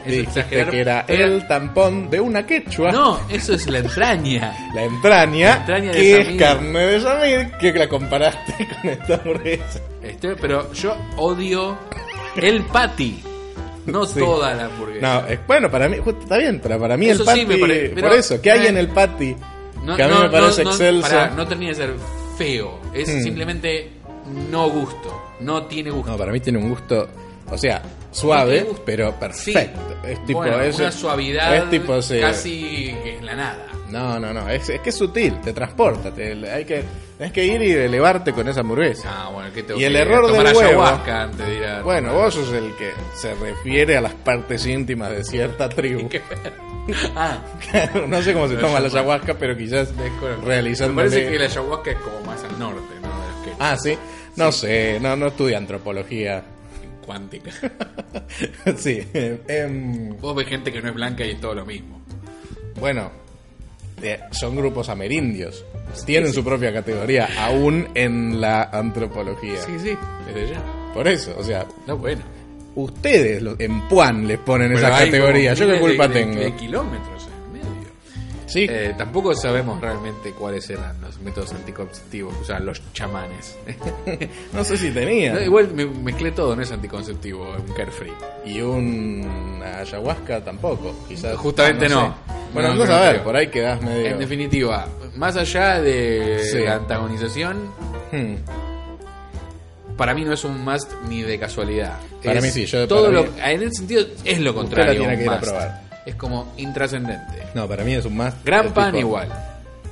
Speaker 2: es
Speaker 3: Dijiste
Speaker 2: exagerar.
Speaker 3: que era
Speaker 2: Pero-
Speaker 3: el tampón de una quechua.
Speaker 2: No, eso es la entraña.
Speaker 3: La entraña,
Speaker 2: La entraña de
Speaker 3: que
Speaker 2: Samir.
Speaker 3: es carne de Samir, que la comparaste con esta hamburguesa.
Speaker 2: Este, pero yo odio el patty. No
Speaker 3: Sí.
Speaker 2: toda la hamburguesa.
Speaker 3: No, es, bueno, para mí, justo, está bien, pero para mí
Speaker 2: Eso
Speaker 3: el
Speaker 2: sí
Speaker 3: patty,
Speaker 2: me parece, pero-
Speaker 3: por eso, ¿qué hay
Speaker 2: eh,
Speaker 3: en el patty?
Speaker 2: No,
Speaker 3: que a mí
Speaker 2: no,
Speaker 3: me parece
Speaker 2: no, no,
Speaker 3: excelso.
Speaker 2: pará, no termina de ser feo. Es
Speaker 3: Hmm.
Speaker 2: simplemente no gusto. No tiene gusto.
Speaker 3: No, para mí tiene un gusto, o sea, suave,
Speaker 2: Tiene gusto.
Speaker 3: pero
Speaker 2: Sí.
Speaker 3: perfecto. Es tipo
Speaker 2: Bueno,
Speaker 3: es-
Speaker 2: una suavidad
Speaker 3: es tipo, sí.
Speaker 2: casi que en la nada.
Speaker 3: No, no, no, es, es que es sutil, te transporta, te- hay que tenés que ir y elevarte con esa hamburguesa.
Speaker 2: Ah, bueno, ¿qué tengo
Speaker 3: Y el
Speaker 2: que ir a
Speaker 3: error
Speaker 2: tomar
Speaker 3: del huevo.
Speaker 2: ayahuasca antes de ir a-
Speaker 3: Bueno, vos sos el que se refiere a las partes íntimas de cierta tribu.
Speaker 2: Qué ver. Ah,
Speaker 3: no sé cómo se
Speaker 2: No,
Speaker 3: toma
Speaker 2: yo-
Speaker 3: la ayahuasca, pero quizás
Speaker 2: desconozco.
Speaker 3: realizando.
Speaker 2: Me parece que la ayahuasca es como más al norte, ¿no? De los que-
Speaker 3: Ah, sí. No sé, no, no estudia antropología.
Speaker 2: Cuántica.
Speaker 3: sí. em,
Speaker 2: Vos ves gente que no es blanca y es todo lo mismo.
Speaker 3: bueno, eh, son grupos amerindios. Tienen su propia categoría, aún en la antropología.
Speaker 2: Sí, sí, desde ya.
Speaker 3: Por eso, o sea,
Speaker 2: No, bueno.
Speaker 3: ustedes los- en Puan les ponen
Speaker 2: Pero
Speaker 3: esa
Speaker 2: hay como
Speaker 3: categoría. ¿Yo qué
Speaker 2: miles de-
Speaker 3: culpa
Speaker 2: de-
Speaker 3: tengo?
Speaker 2: De kilómetros en medio.
Speaker 3: Sí.
Speaker 2: Eh, tampoco sabemos realmente cuáles eran los métodos anticonceptivos que usaban los chamanes.
Speaker 3: No sé si tenía.
Speaker 2: No, Igual me- mezclé todo, no es anticonceptivo, es un carefree.
Speaker 3: Y un ayahuasca tampoco, quizás.
Speaker 2: Justamente no.
Speaker 3: sé. Bueno,
Speaker 2: No,
Speaker 3: no,
Speaker 2: no
Speaker 3: a ver,
Speaker 2: creo.
Speaker 3: por ahí quedás medio.
Speaker 2: En definitiva, más allá de
Speaker 3: Sí.
Speaker 2: la antagonización,
Speaker 3: Hmm.
Speaker 2: para mí no es un must ni de casualidad.
Speaker 3: Para
Speaker 2: Es
Speaker 3: mí sí, yo de-
Speaker 2: todo
Speaker 3: para
Speaker 2: lo,
Speaker 3: mí-
Speaker 2: En el sentido, es lo contrario.
Speaker 3: tiene
Speaker 2: un
Speaker 3: que ir a
Speaker 2: must.
Speaker 3: probar.
Speaker 2: Es como intrascendente.
Speaker 3: No, para mí es un más.
Speaker 2: Gran pan igual.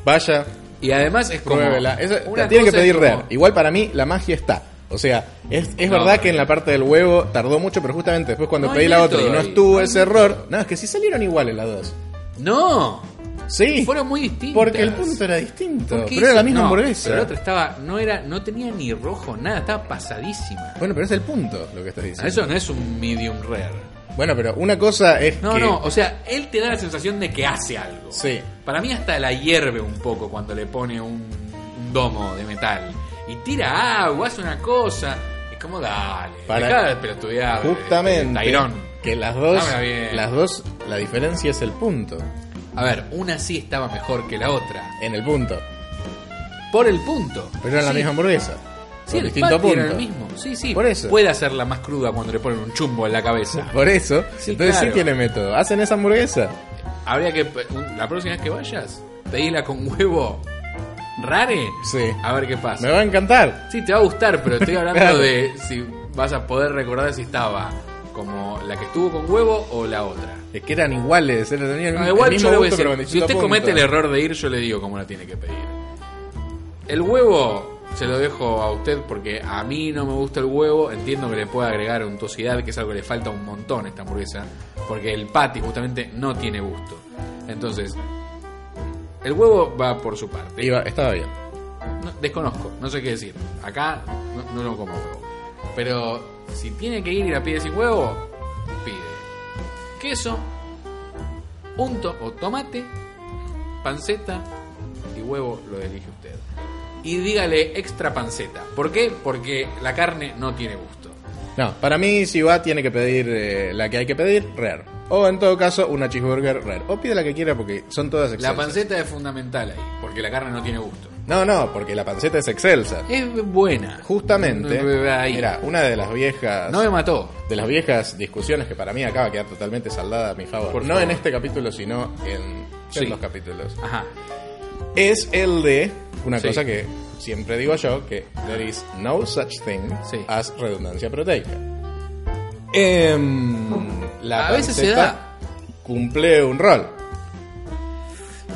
Speaker 3: Vaya,
Speaker 2: Y además es como.
Speaker 3: pruébela. Esa-
Speaker 2: una
Speaker 3: la tiene que
Speaker 2: cosa es
Speaker 3: pedir
Speaker 2: como-
Speaker 3: Rare. Igual para mí la magia está. O sea, es, es
Speaker 2: No,
Speaker 3: verdad
Speaker 2: pero-
Speaker 3: que en la parte del huevo tardó mucho, pero justamente después cuando
Speaker 2: No
Speaker 3: pedí
Speaker 2: hay
Speaker 3: la
Speaker 2: método
Speaker 3: otra y no
Speaker 2: ahí,
Speaker 3: estuvo
Speaker 2: no hay
Speaker 3: ese error. No, es que sí salieron iguales las dos.
Speaker 2: No.
Speaker 3: Sí.
Speaker 2: Fueron muy distintas.
Speaker 3: Porque el punto era distinto.
Speaker 2: ¿Por qué
Speaker 3: Pero era la
Speaker 2: hizo-
Speaker 3: misma
Speaker 2: no,
Speaker 3: hamburguesa.
Speaker 2: Pero la otra estaba. No, era, no tenía ni rojo, nada. Estaba pasadísima.
Speaker 3: Bueno, pero es el punto lo que estás diciendo.
Speaker 2: Ah, Eso no es un medium rare.
Speaker 3: Bueno, pero una cosa es
Speaker 2: No,
Speaker 3: que.
Speaker 2: no, o sea, él te da la sensación de que hace algo.
Speaker 3: Sí.
Speaker 2: Para mí hasta la hierve un poco cuando le pone un, un domo de metal. Y tira agua, hace una cosa. Es como, dale,
Speaker 3: Para-
Speaker 2: dejá de pelotudear,
Speaker 3: Justamente.
Speaker 2: eh, Tairón.
Speaker 3: Que las dos.
Speaker 2: Dámela bien.
Speaker 3: Las dos. La diferencia es el punto.
Speaker 2: A ver, una sí estaba mejor que la otra.
Speaker 3: En el punto.
Speaker 2: Por el punto.
Speaker 3: Pero era la
Speaker 2: Sí,
Speaker 3: misma hamburguesa.
Speaker 2: Sí,
Speaker 3: con
Speaker 2: el
Speaker 3: distinto
Speaker 2: patty era
Speaker 3: punto.
Speaker 2: el mismo. Sí, sí.
Speaker 3: Por eso.
Speaker 2: Puede hacerla más cruda cuando le ponen un chumbo en la cabeza.
Speaker 3: Por eso.
Speaker 2: Sí,
Speaker 3: entonces sí
Speaker 2: claro.
Speaker 3: tiene método. Hacen esa hamburguesa.
Speaker 2: Habría que. pe- un- La próxima vez que vayas, pedíla con huevo rare.
Speaker 3: Sí.
Speaker 2: A ver qué pasa.
Speaker 3: Me va a encantar.
Speaker 2: Sí, te va a gustar, pero estoy hablando
Speaker 3: Claro.
Speaker 2: de si vas a poder recordar si estaba como la que estuvo con huevo o la otra.
Speaker 3: Es que eran iguales. Era el mismo,
Speaker 2: No, Ah, igual
Speaker 3: el
Speaker 2: yo
Speaker 3: mismo
Speaker 2: le voy a
Speaker 3: gusto,
Speaker 2: decir,
Speaker 3: pero con
Speaker 2: si
Speaker 3: distinto
Speaker 2: usted
Speaker 3: punto.
Speaker 2: comete el error de ir, yo le digo cómo la tiene que pedir. El huevo se lo dejo a usted porque a mí no me gusta el huevo. Entiendo que le puede agregar untuosidad, que es algo que le falta un montón a esta hamburguesa, porque el patty justamente no tiene gusto. Entonces, el huevo va por su parte.
Speaker 3: Iba- estaba bien.
Speaker 2: No, desconozco, no sé qué decir. Acá no, no lo como huevo. Pero si tiene que ir y la pide sin huevo, pide queso, un to- o tomate, panceta y huevo lo elige usted. Y dígale extra panceta. ¿Por qué? Porque la carne no tiene gusto.
Speaker 3: No, para mí si va tiene que pedir eh, la que hay que pedir, rare. O en todo caso, una cheeseburger rare. O pide la que quiera porque son todas
Speaker 2: La
Speaker 3: excelsas.
Speaker 2: panceta es fundamental ahí, porque la carne no tiene gusto.
Speaker 3: No, no, porque la panceta es excelsa.
Speaker 2: Es buena.
Speaker 3: Justamente,
Speaker 2: Ahí.
Speaker 3: mira, una de las viejas
Speaker 2: no me mató.
Speaker 3: de las viejas discusiones que para mí acaba de quedar totalmente saldada a mi favor.
Speaker 2: Por
Speaker 3: no
Speaker 2: favor.
Speaker 3: en este capítulo, sino en,
Speaker 2: Sí.
Speaker 3: en los capítulos.
Speaker 2: Ajá.
Speaker 3: Es el de una
Speaker 2: Sí.
Speaker 3: cosa que siempre digo yo, que there is no such thing
Speaker 2: Sí.
Speaker 3: as redundancia proteica. Em, la
Speaker 2: A veces se
Speaker 3: panceta
Speaker 2: da.
Speaker 3: cumple un rol.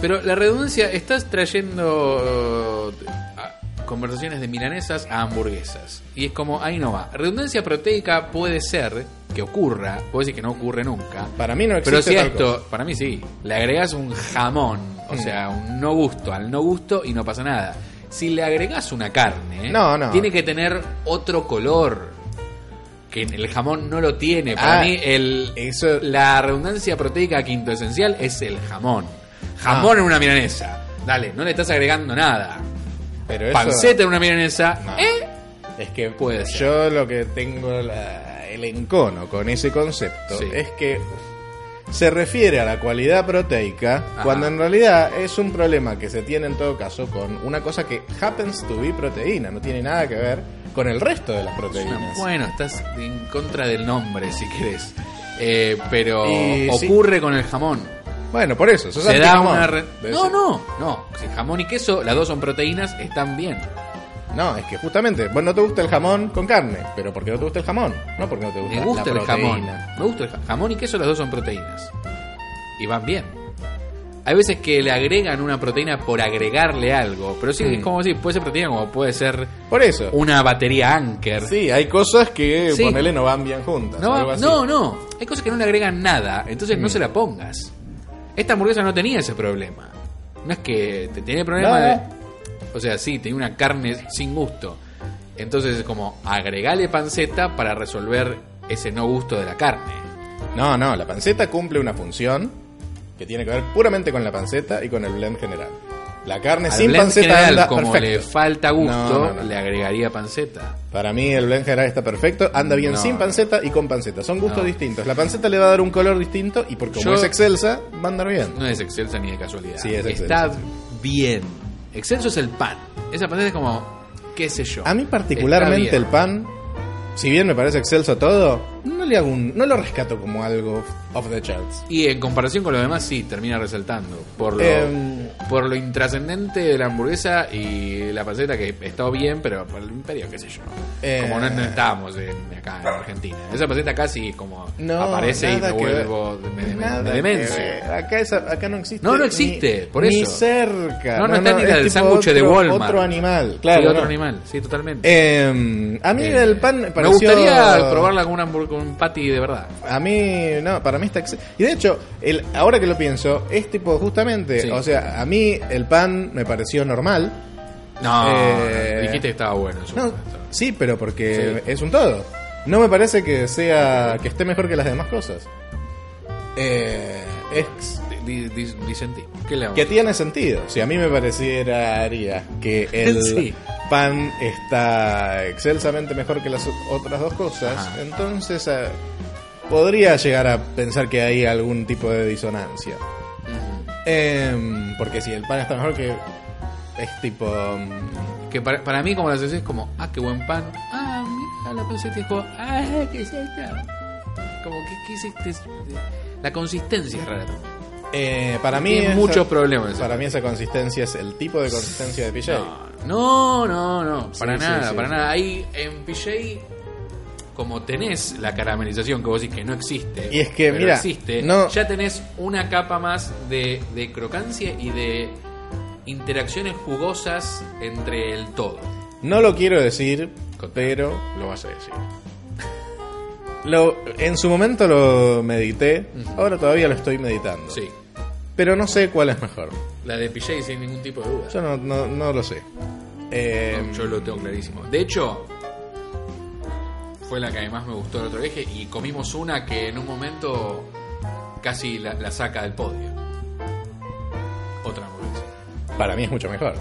Speaker 2: Pero la redundancia, estás trayendo eh, a- conversaciones de milanesas a hamburguesas. Y es como, ahí no va. Redundancia proteica puede ser que ocurra, puede decir que no ocurre nunca.
Speaker 3: Para mí no existe
Speaker 2: Pero si a
Speaker 3: tal
Speaker 2: esto,
Speaker 3: cosa. Hmm.
Speaker 2: para mí sí, le agregas un jamón, o sea, un no gusto al no gusto y no pasa nada. Si le agregas una carne,
Speaker 3: No, no.
Speaker 2: tiene que tener otro color. Que el jamón no lo tiene. Para
Speaker 3: Ah,
Speaker 2: mí, el,
Speaker 3: eso-
Speaker 2: la redundancia proteica quintoesencial es el jamón. Jamón
Speaker 3: Ah.
Speaker 2: en una milanesa. Dale, no le estás agregando nada.
Speaker 3: Pero eso-
Speaker 2: Panceta en una milanesa.
Speaker 3: No.
Speaker 2: ¿eh?
Speaker 3: Es que
Speaker 2: Puede ser.
Speaker 3: yo lo que tengo la- el encono con ese concepto
Speaker 2: Sí.
Speaker 3: es que se refiere a la cualidad proteica
Speaker 2: Ajá.
Speaker 3: cuando en realidad es un problema que se tiene en todo caso con una cosa que happens to be proteína, no tiene nada que ver con el resto de las proteínas.
Speaker 2: Bueno, estás en contra del nombre, si querés. Eh, pero
Speaker 3: Y sí.
Speaker 2: ocurre con el jamón.
Speaker 3: Bueno, por eso, sos
Speaker 2: Se da
Speaker 3: anti-jamón.
Speaker 2: una... re-
Speaker 3: Debe
Speaker 2: No,
Speaker 3: ser.
Speaker 2: no, no. Si jamón y queso, las dos son proteínas, están bien.
Speaker 3: No, es que justamente, vos no te gusta el jamón con carne, pero ¿por qué no te gusta el jamón? No porque no te gusta,
Speaker 2: Me gusta
Speaker 3: la
Speaker 2: el jamón.
Speaker 3: proteína.
Speaker 2: Me gusta el ja- jamón y queso, las dos son proteínas. Y van bien. Hay veces que le agregan una proteína por agregarle algo. Pero
Speaker 3: Mm.
Speaker 2: sí, es como decir, puede ser proteína como puede ser
Speaker 3: Por eso.
Speaker 2: una batería Anker.
Speaker 3: Sí, hay cosas que
Speaker 2: Sí.
Speaker 3: ponele no van bien juntas.
Speaker 2: No,
Speaker 3: algo
Speaker 2: va-
Speaker 3: así. Mm.
Speaker 2: no, no. Hay cosas que no le agregan nada, entonces no se la pongas. Esta hamburguesa no tenía ese problema. No es que te tenía problema
Speaker 3: No,
Speaker 2: de.
Speaker 3: no.
Speaker 2: O sea, sí, tenía una carne sin gusto. Entonces es como agregale panceta para resolver ese no gusto de la carne.
Speaker 3: No, no, la panceta cumple una función que tiene que ver puramente con la panceta y con el blend general. La carne
Speaker 2: Al
Speaker 3: sin
Speaker 2: blend
Speaker 3: panceta
Speaker 2: general,
Speaker 3: anda
Speaker 2: como le
Speaker 3: perfecto.
Speaker 2: falta gusto,
Speaker 3: No, no, no.
Speaker 2: le agregaría panceta.
Speaker 3: Para mí el blend general está perfecto, anda bien
Speaker 2: No,
Speaker 3: sin
Speaker 2: no.
Speaker 3: panceta y con panceta. Son gustos
Speaker 2: No.
Speaker 3: distintos. La panceta le va a dar un color distinto y porque como
Speaker 2: Yo-
Speaker 3: es excelsa, va a andar bien.
Speaker 2: No es excelsa ni de casualidad.
Speaker 3: Sí, es
Speaker 2: Está bien. Excelso es el pan. Esa panceta es como, qué sé yo.
Speaker 3: A mí particularmente
Speaker 2: Está bien.
Speaker 3: el pan, si bien me parece excelso todo, no le hago un- no lo rescato como algo off the charts.
Speaker 2: Y en comparación con lo demás, sí, termina resaltando. Por lo,
Speaker 3: Em.
Speaker 2: por lo intrascendente de la hamburguesa y la panceta, que está bien, pero por el imperio, qué sé yo.
Speaker 3: Eh.
Speaker 2: Como no, no estábamos en- acá en Argentina. Esa panceta casi como
Speaker 3: No,
Speaker 2: aparece y me
Speaker 3: nada que ver.
Speaker 2: vuelvo, me, me- me
Speaker 3: Nada que
Speaker 2: demencio.
Speaker 3: ver. Acá, es- acá no existe.
Speaker 2: No, no existe,
Speaker 3: ni-
Speaker 2: por
Speaker 3: Ni
Speaker 2: eso.
Speaker 3: cerca.
Speaker 2: No, no está ni la
Speaker 3: es
Speaker 2: del
Speaker 3: tipo
Speaker 2: sándwich de
Speaker 3: otro-
Speaker 2: Walmart.
Speaker 3: Otro animal,
Speaker 2: Sí,
Speaker 3: claro.
Speaker 2: otro
Speaker 3: no.
Speaker 2: animal, sí, totalmente.
Speaker 3: Eh, a mí
Speaker 2: Eh,
Speaker 3: el pan me
Speaker 2: Me
Speaker 3: pareció.
Speaker 2: gustaría probarla con, una hambur- con un patty de verdad.
Speaker 3: A mí, no, para mí está exce- Y de hecho, el, ahora que lo pienso, es tipo justamente.
Speaker 2: Sí.
Speaker 3: O sea, a mí el pan me pareció normal.
Speaker 2: No,
Speaker 3: Eh,
Speaker 2: dijiste que estaba bueno en su
Speaker 3: No,
Speaker 2: momento.
Speaker 3: sí, pero porque
Speaker 2: Sí.
Speaker 3: es un todo. No me parece que sea. que esté mejor que las demás cosas. Eh, es
Speaker 2: Di- di- disentí. ¿Qué le vamos
Speaker 3: Que
Speaker 2: a
Speaker 3: tiene sentido. Si a mí me pareciera que el
Speaker 2: Sí.
Speaker 3: pan está excelsamente mejor que las otras dos cosas,
Speaker 2: Ajá.
Speaker 3: entonces eh, podría llegar a pensar que hay algún tipo de disonancia.
Speaker 2: Mm.
Speaker 3: Em, porque si el pan está mejor que... Es tipo... mm,
Speaker 2: Que para, para mí, como la sensación es como, ah, qué buen pan. Ah, mira, la panceta es como, ah, qué es esta. Como, que qué es este? La consistencia es rara.
Speaker 3: eh, para mí...
Speaker 2: Tiene
Speaker 3: esa-
Speaker 2: muchos problemas.
Speaker 3: Para mí esa consistencia es el tipo de consistencia de PJ.
Speaker 2: No, no, no, para
Speaker 3: Sí, sí,
Speaker 2: nada,
Speaker 3: sí,
Speaker 2: para
Speaker 3: sí.
Speaker 2: nada. Ahí en PJ, como tenés la caramelización que vos decís que no existe,
Speaker 3: Y es que,
Speaker 2: pero
Speaker 3: mira,
Speaker 2: existe,
Speaker 3: no-
Speaker 2: ya tenés una capa más de, de crocancia y de interacciones jugosas entre el todo.
Speaker 3: No lo quiero decir,
Speaker 2: Contá.
Speaker 3: pero...
Speaker 2: Lo vas a decir.
Speaker 3: Lo, en su momento lo medité, ahora todavía lo estoy meditando.
Speaker 2: Sí,
Speaker 3: Pero no sé cuál es mejor.
Speaker 2: la de PJ sin ningún tipo de duda.
Speaker 3: Yo no, no, no lo sé. Eh,
Speaker 2: No, yo lo tengo clarísimo. De hecho, fue la que más me gustó el otro viaje y comimos una que en un momento casi la, la saca del podio. Otra hamburguesa.
Speaker 3: Para mí es mucho mejor.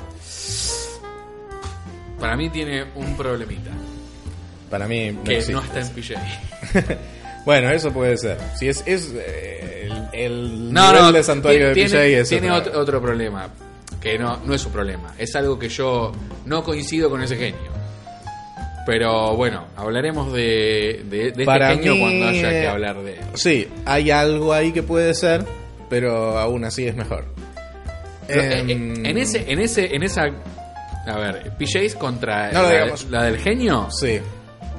Speaker 2: Para mí tiene un problemita,
Speaker 3: Para mí no
Speaker 2: que
Speaker 3: existe.
Speaker 2: no está en PJ.
Speaker 3: Bueno, eso puede ser. Si es, es eh, el, el
Speaker 2: No,
Speaker 3: nivel
Speaker 2: no,
Speaker 3: de santuario de
Speaker 2: tiene,
Speaker 3: PJ es
Speaker 2: tiene
Speaker 3: otra.
Speaker 2: otro, otro problema, que no, no es un problema, es algo que yo no coincido con ese genio. Pero bueno, hablaremos de, de, de este
Speaker 3: Para
Speaker 2: genio
Speaker 3: mí,
Speaker 2: cuando haya que
Speaker 3: eh,
Speaker 2: hablar de él.
Speaker 3: Sí, hay algo ahí que puede ser, pero aún así es mejor.
Speaker 2: Pero, eh, eh,
Speaker 3: Em,
Speaker 2: en ese, en ese, en esa. A ver, PJs contra
Speaker 3: No lo
Speaker 2: la,
Speaker 3: digamos.
Speaker 2: la del genio
Speaker 3: Sí.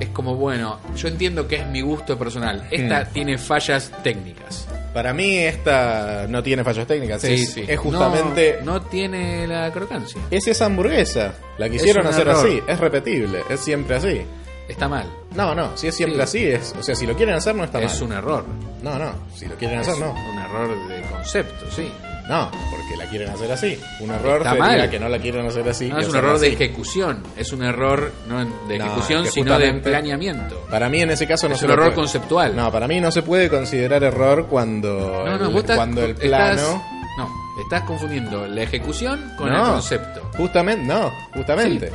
Speaker 2: es como bueno. Yo entiendo que es mi gusto personal. Esta tiene fallas técnicas.
Speaker 3: Para mí esta no tiene fallas técnicas. es, es
Speaker 2: No-
Speaker 3: justamente
Speaker 2: No, tiene la crocancia.
Speaker 3: Es esa hamburguesa. La quisieron
Speaker 2: un
Speaker 3: hacer
Speaker 2: error.
Speaker 3: así. Es repetible. Es siempre así.
Speaker 2: Está mal.
Speaker 3: No, no. Si es siempre
Speaker 2: Sí.
Speaker 3: así, es. O sea, si lo quieren hacer, no está
Speaker 2: es
Speaker 3: mal.
Speaker 2: un error.
Speaker 3: No, no. Si lo quieren
Speaker 2: Es
Speaker 3: hacer, no.
Speaker 2: un error de concepto, sí.
Speaker 3: No, porque la quieren hacer así. Un error
Speaker 2: Está
Speaker 3: sería
Speaker 2: mal.
Speaker 3: que no la quieren hacer así.
Speaker 2: No
Speaker 3: y
Speaker 2: es un
Speaker 3: hacerla
Speaker 2: error de
Speaker 3: así.
Speaker 2: ejecución. Es un error no en- de
Speaker 3: No,
Speaker 2: ejecución,
Speaker 3: es que
Speaker 2: sino de
Speaker 3: justamente-
Speaker 2: planeamiento.
Speaker 3: Para mí en ese caso no
Speaker 2: es
Speaker 3: se
Speaker 2: un
Speaker 3: lo
Speaker 2: error
Speaker 3: puede-
Speaker 2: conceptual.
Speaker 3: No, para mí no se puede considerar error cuando
Speaker 2: No, no,
Speaker 3: el,
Speaker 2: vos estás-
Speaker 3: cuando el
Speaker 2: estás-
Speaker 3: plano.
Speaker 2: no, estás confundiendo la ejecución con el
Speaker 3: No.
Speaker 2: concepto.
Speaker 3: Justamente, no, justamente.
Speaker 2: Sí.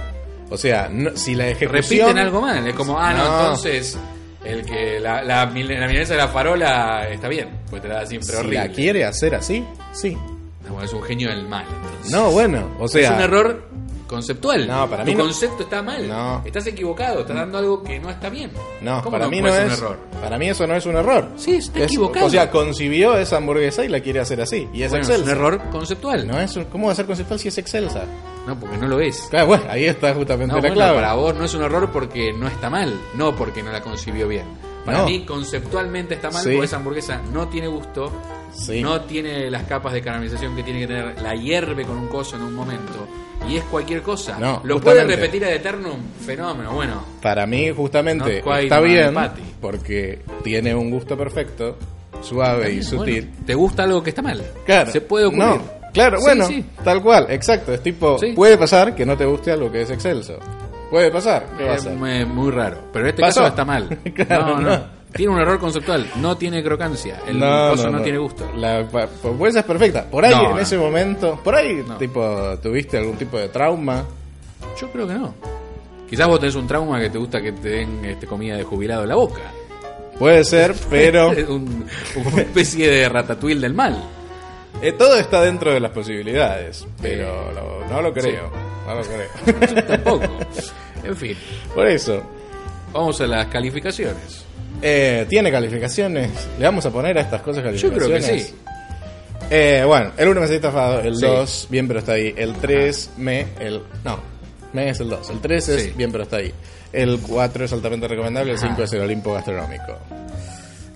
Speaker 3: O sea, no- si la ejecución.
Speaker 2: Repiten algo mal, es como, ah, no,
Speaker 3: No.
Speaker 2: entonces el que la, la, mil- la milanesa de la farola está bien, pues te la da siempre
Speaker 3: Si
Speaker 2: horrible.
Speaker 3: la quiere hacer así, sí.
Speaker 2: No, bueno, es un genio del mal. entonces.
Speaker 3: No, bueno, o sea.
Speaker 2: es un error conceptual.
Speaker 3: No, para
Speaker 2: tu
Speaker 3: mí no-
Speaker 2: concepto está mal.
Speaker 3: No.
Speaker 2: Estás equivocado, estás dando algo que no está bien.
Speaker 3: No,
Speaker 2: ¿Cómo
Speaker 3: para mí no
Speaker 2: puede ser
Speaker 3: es.
Speaker 2: un error.
Speaker 3: Para mí eso no es un error.
Speaker 2: Sí, está
Speaker 3: Es-
Speaker 2: equivocado.
Speaker 3: O sea, concibió esa hamburguesa y la quiere hacer así. Y es
Speaker 2: Bueno, es un
Speaker 3: excelsa.
Speaker 2: error conceptual. No,
Speaker 3: No es un- ¿Cómo va a ser conceptual si es excelsa?
Speaker 2: porque no lo es.
Speaker 3: Claro, bueno, ahí está justamente
Speaker 2: No,
Speaker 3: la
Speaker 2: bueno,
Speaker 3: clave.
Speaker 2: para vos no es un error porque no está mal, no porque no la concibió bien. Para
Speaker 3: No.
Speaker 2: mí conceptualmente está mal
Speaker 3: Sí.
Speaker 2: porque esa hamburguesa no tiene gusto,
Speaker 3: Sí.
Speaker 2: no tiene las capas de caramelización que tiene que tener, la hierve con un coso en un momento y es cualquier cosa.
Speaker 3: No,
Speaker 2: Lo
Speaker 3: justamente.
Speaker 2: puede repetir a eternum, fenómeno, bueno.
Speaker 3: Para mí, justamente,
Speaker 2: Not quite
Speaker 3: está
Speaker 2: my
Speaker 3: bien
Speaker 2: patty.
Speaker 3: porque tiene un gusto perfecto, suave y sutil.
Speaker 2: Bueno, ¿Te gusta algo que está mal?
Speaker 3: Claro.
Speaker 2: Se puede ocurrir.
Speaker 3: No. Claro,
Speaker 2: Sí,
Speaker 3: bueno,
Speaker 2: sí.
Speaker 3: tal cual, exacto. Es tipo,
Speaker 2: Sí.
Speaker 3: puede pasar que no te guste algo que es excelso. Puede pasar, ¿qué va a
Speaker 2: Es
Speaker 3: ser?
Speaker 2: muy, muy raro, pero en este
Speaker 3: Pasó.
Speaker 2: caso está mal.
Speaker 3: Claro,
Speaker 2: no, no,
Speaker 3: no.
Speaker 2: Tiene un error conceptual. No tiene crocancia. El
Speaker 3: No,
Speaker 2: coso
Speaker 3: no,
Speaker 2: no,
Speaker 3: no.
Speaker 2: tiene gusto.
Speaker 3: La pa- propuesta es perfecta. Por ahí,
Speaker 2: No,
Speaker 3: en
Speaker 2: no.
Speaker 3: ese momento, por ahí,
Speaker 2: No.
Speaker 3: tipo, tuviste algún tipo de trauma.
Speaker 2: Yo creo que no. Quizás vos tenés un trauma que te gusta que te den este, comida de jubilado en la boca.
Speaker 3: Puede ser, pero
Speaker 2: Es un- una especie de ratatouille del mal.
Speaker 3: eh, todo está dentro de las posibilidades. Pero lo- no lo creo. No lo creo.
Speaker 2: Yo tampoco. En fin,
Speaker 3: por eso,
Speaker 2: vamos a las calificaciones.
Speaker 3: eh, tiene calificaciones. Le vamos a poner a estas cosas
Speaker 2: Yo
Speaker 3: calificaciones.
Speaker 2: creo que sí.
Speaker 3: Eh, bueno, el 1 me está estafado, el
Speaker 2: Sí. Ah.
Speaker 3: 2, bien pero está ahí. El 3, me, el. No, me es el 2. El 3 es
Speaker 2: Sí.
Speaker 3: bien pero está ahí. El 4 es altamente recomendable, el
Speaker 2: Ajá.
Speaker 3: 5 es el Olimpo Gastronómico.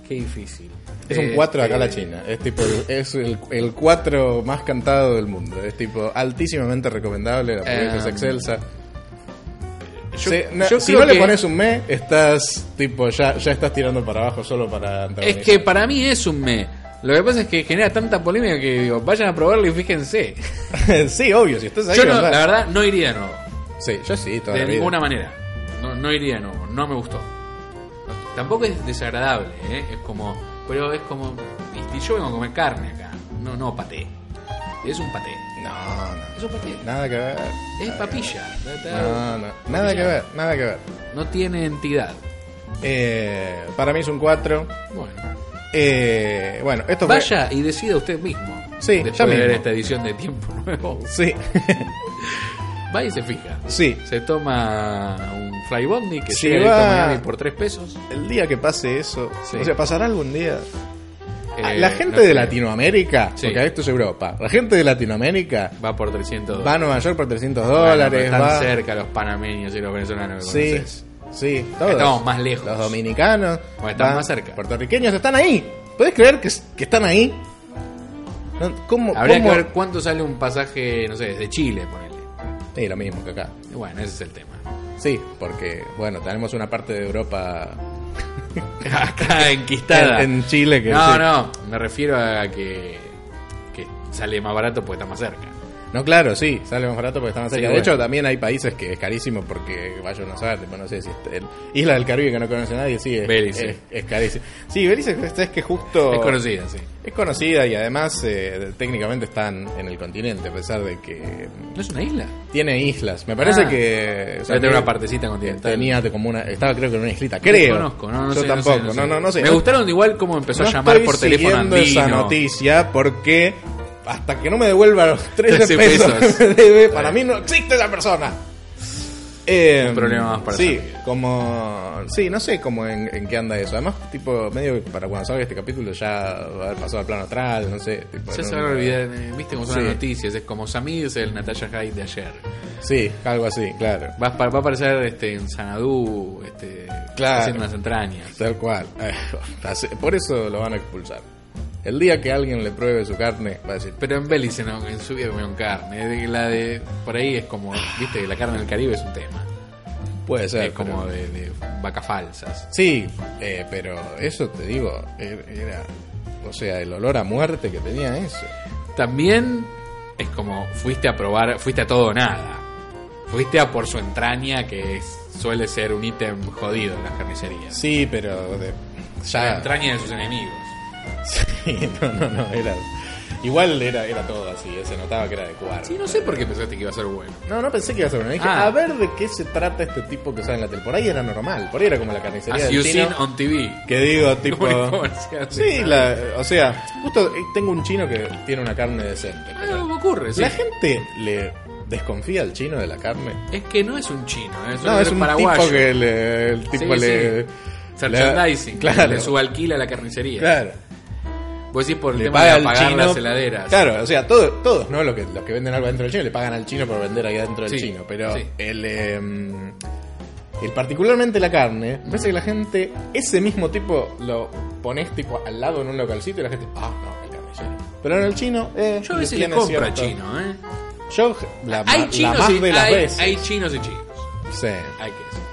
Speaker 2: Qué difícil.
Speaker 3: Es un
Speaker 2: Eh,
Speaker 3: 4 acá
Speaker 2: eh,
Speaker 3: la China. Es tipo el- es el, el 4 más cantado del mundo. Es tipo altísimamente recomendable, la hamburguesa es
Speaker 2: Em,
Speaker 3: excelsa.
Speaker 2: eh, Yo,
Speaker 3: Sí, no,
Speaker 2: yo
Speaker 3: si
Speaker 2: creo
Speaker 3: no le
Speaker 2: que-
Speaker 3: pones un me, estás tipo ya, ya estás tirando para abajo solo para
Speaker 2: Es
Speaker 3: antagonizar.
Speaker 2: que para mí es un me. Lo que pasa es que genera tanta polémica que digo, vayan a probarlo y fíjense.
Speaker 3: sí, obvio, si estás ahí.
Speaker 2: Yo no- la
Speaker 3: andá.
Speaker 2: verdad no iría de nuevo.
Speaker 3: Sí, yo sí, toda
Speaker 2: De
Speaker 3: la vida.
Speaker 2: ninguna manera. No, no iría de nuevo. No me gustó. Tampoco es desagradable, ¿eh? Es como... Pero es como... Y yo vengo a comer carne acá. No, no, paté. Es un paté.
Speaker 3: No, no.
Speaker 2: Es un paté.
Speaker 3: Nada que ver.
Speaker 2: Es papilla.
Speaker 3: No, no. Nada que ver, nada que ver.
Speaker 2: No tiene entidad.
Speaker 3: Eh, para mí es un 4.
Speaker 2: Bueno.
Speaker 3: Eh, bueno, esto fue-
Speaker 2: Vaya y decida usted mismo.
Speaker 3: Sí,
Speaker 2: después
Speaker 3: ya
Speaker 2: de ver
Speaker 3: mismo.
Speaker 2: esta edición de Tiempo Nuevo.
Speaker 3: Sí,
Speaker 2: Va y se fija.
Speaker 3: sí.
Speaker 2: Se toma un flybondi que
Speaker 3: Si
Speaker 2: llega directo a
Speaker 3: va-
Speaker 2: Miami por 3 pesos.
Speaker 3: El día que pase eso,
Speaker 2: Sí.
Speaker 3: o sea, pasará algún día.
Speaker 2: Eh,
Speaker 3: Ah, la gente
Speaker 2: no
Speaker 3: de
Speaker 2: sé,
Speaker 3: Latinoamérica,
Speaker 2: Sí.
Speaker 3: porque esto es Europa, la gente de Latinoamérica
Speaker 2: Va por 300
Speaker 3: va a
Speaker 2: dólares.
Speaker 3: Nueva York por 300
Speaker 2: Bueno,
Speaker 3: dólares,
Speaker 2: pero
Speaker 3: va.
Speaker 2: Están cerca los panameños y los venezolanos que
Speaker 3: sí,
Speaker 2: conoces.
Speaker 3: sí, todos.
Speaker 2: Estamos más lejos.
Speaker 3: Los dominicanos,
Speaker 2: Bueno, están
Speaker 3: van-
Speaker 2: más cerca.
Speaker 3: Puertorriqueños están ahí. ¿Puedes creer que, que están ahí? No, ¿Cómo?
Speaker 2: Habría
Speaker 3: cómo-
Speaker 2: que ver cuánto sale un pasaje, no sé, desde Chile, ponele.
Speaker 3: Sí, lo mismo que acá.
Speaker 2: Y Bueno, ese es el tema.
Speaker 3: Sí, porque, bueno, tenemos una parte de Europa
Speaker 2: Acá
Speaker 3: en,
Speaker 2: enquistada.
Speaker 3: en Chile que
Speaker 2: no,
Speaker 3: sí.
Speaker 2: no, me refiero a que, que sale más barato porque está más cerca.
Speaker 3: No, claro, sí, sale más barato porque están más
Speaker 2: Sí,
Speaker 3: cerca. de
Speaker 2: bueno.
Speaker 3: hecho, también hay países que es carísimo porque vaya uno a saber, tipo, no sé si es- el- Isla del Caribe que no conoce nadie, sí, es,
Speaker 2: Belice.
Speaker 3: es- es carísimo. Sí, Belice es, es que justo
Speaker 2: Es conocida, sí.
Speaker 3: es conocida y además eh, técnicamente están en el continente, a pesar de que
Speaker 2: ¿No es una isla?
Speaker 3: tiene islas. Me parece
Speaker 2: Ah.
Speaker 3: que o sea,
Speaker 2: Debe tener una partecita continental.
Speaker 3: tenía de como una estaba creo que en una islita,
Speaker 2: No
Speaker 3: creo.
Speaker 2: conozco, no, no
Speaker 3: Yo
Speaker 2: sé, no sé,
Speaker 3: tampoco, no,
Speaker 2: sé.
Speaker 3: no, no sé.
Speaker 2: Me
Speaker 3: No-
Speaker 2: gustaron igual cómo empezó
Speaker 3: no
Speaker 2: a llamar
Speaker 3: estoy
Speaker 2: por teléfono
Speaker 3: siguiendo
Speaker 2: andino.
Speaker 3: esa noticia porque hasta que no me devuelva los 13,
Speaker 2: 13
Speaker 3: pesos,
Speaker 2: pesos.
Speaker 3: que me debe, para mí no existe esa persona. Eh,
Speaker 2: Un problema más para
Speaker 3: Sí,
Speaker 2: esa amiga.
Speaker 3: como. Sí, no sé cómo en, en qué anda eso. Además, tipo, medio que para cuando salga este capítulo ya va a haber pasado al plano atrás, no sé. Tipo,
Speaker 2: Ya
Speaker 3: no-
Speaker 2: se van a olvidar, eh, viste cómo son
Speaker 3: Sí.
Speaker 2: las noticias, es como Samir es el Natasha Hyde de ayer.
Speaker 3: Sí, algo así, claro.
Speaker 2: Va a, pa- va a aparecer este, en Sanadú, este,
Speaker 3: Claro.
Speaker 2: haciendo las entrañas.
Speaker 3: Tal cual. Eh, así- Por eso lo van a expulsar. El día que alguien le pruebe su carne, va a decir,
Speaker 2: Pero en Belice no, en su vida comieron carne. De- La de, por ahí es como, viste, que la carne del Caribe es un tema.
Speaker 3: puede ser.
Speaker 2: es como
Speaker 3: pero-
Speaker 2: de, de vacas falsas.
Speaker 3: Sí, eh, pero eso te digo, er- era. O sea, el olor a muerte que tenía eso.
Speaker 2: También es como fuiste a probar, fuiste a todo o nada. Fuiste a por su entraña, que es- suele ser un ítem jodido en las carnicerías.
Speaker 3: Sí, pero. de-
Speaker 2: La
Speaker 3: ya.
Speaker 2: entraña de sus enemigos.
Speaker 3: Sí, no, no, no, era. Igual era, era todo así, eh, se notaba que era de cuarto.
Speaker 2: Sí, no sé por qué pensaste que iba a ser bueno.
Speaker 3: No, no pensé que iba a ser bueno. Dije,
Speaker 2: Ah.
Speaker 3: a ver de qué se trata este tipo que sale en la tele. Por ahí era normal, por ahí era como la carnicería
Speaker 2: As
Speaker 3: del
Speaker 2: you
Speaker 3: chino,
Speaker 2: seen on TV.
Speaker 3: Que digo,
Speaker 2: Como el
Speaker 3: tipo.
Speaker 2: comercial.
Speaker 3: Sí, la, o sea, justo eh, tengo un chino que tiene una carne decente.
Speaker 2: Ah, no me ocurre, sí.
Speaker 3: La gente le desconfía al chino de la carne.
Speaker 2: Es que no es un chino, es un,
Speaker 3: No, es un
Speaker 2: paraguayo.
Speaker 3: tipo que le, el tipo
Speaker 2: Sí,
Speaker 3: le...
Speaker 2: sí.
Speaker 3: le-
Speaker 2: Merchandising,
Speaker 3: claro,
Speaker 2: le subalquila la carnicería.
Speaker 3: claro.
Speaker 2: Vos decís por el
Speaker 3: Le
Speaker 2: tema
Speaker 3: paga
Speaker 2: de
Speaker 3: al
Speaker 2: apagar
Speaker 3: chino.
Speaker 2: las heladeras.
Speaker 3: Claro, o sea, todo- todos, ¿no? Los que, los que venden algo dentro del chino le pagan al chino por vender ahí dentro del
Speaker 2: Sí,
Speaker 3: chino. Pero
Speaker 2: sí.
Speaker 3: el, em, el particularmente la carne, me parece que la gente, ese mismo tipo lo pones tipo al lado en un localcito y la gente, ah, no, el carnicero. Pero en el chino, eh,
Speaker 2: Yo a veces le
Speaker 3: tiene
Speaker 2: compro a
Speaker 3: cierto-
Speaker 2: chino, ¿eh?
Speaker 3: Yo, la, ma-
Speaker 2: Hay
Speaker 3: la
Speaker 2: chinos,
Speaker 3: más
Speaker 2: y,
Speaker 3: de las
Speaker 2: hay,
Speaker 3: veces.
Speaker 2: hay chinos y chinos.
Speaker 3: Sí.
Speaker 2: Hay que decir.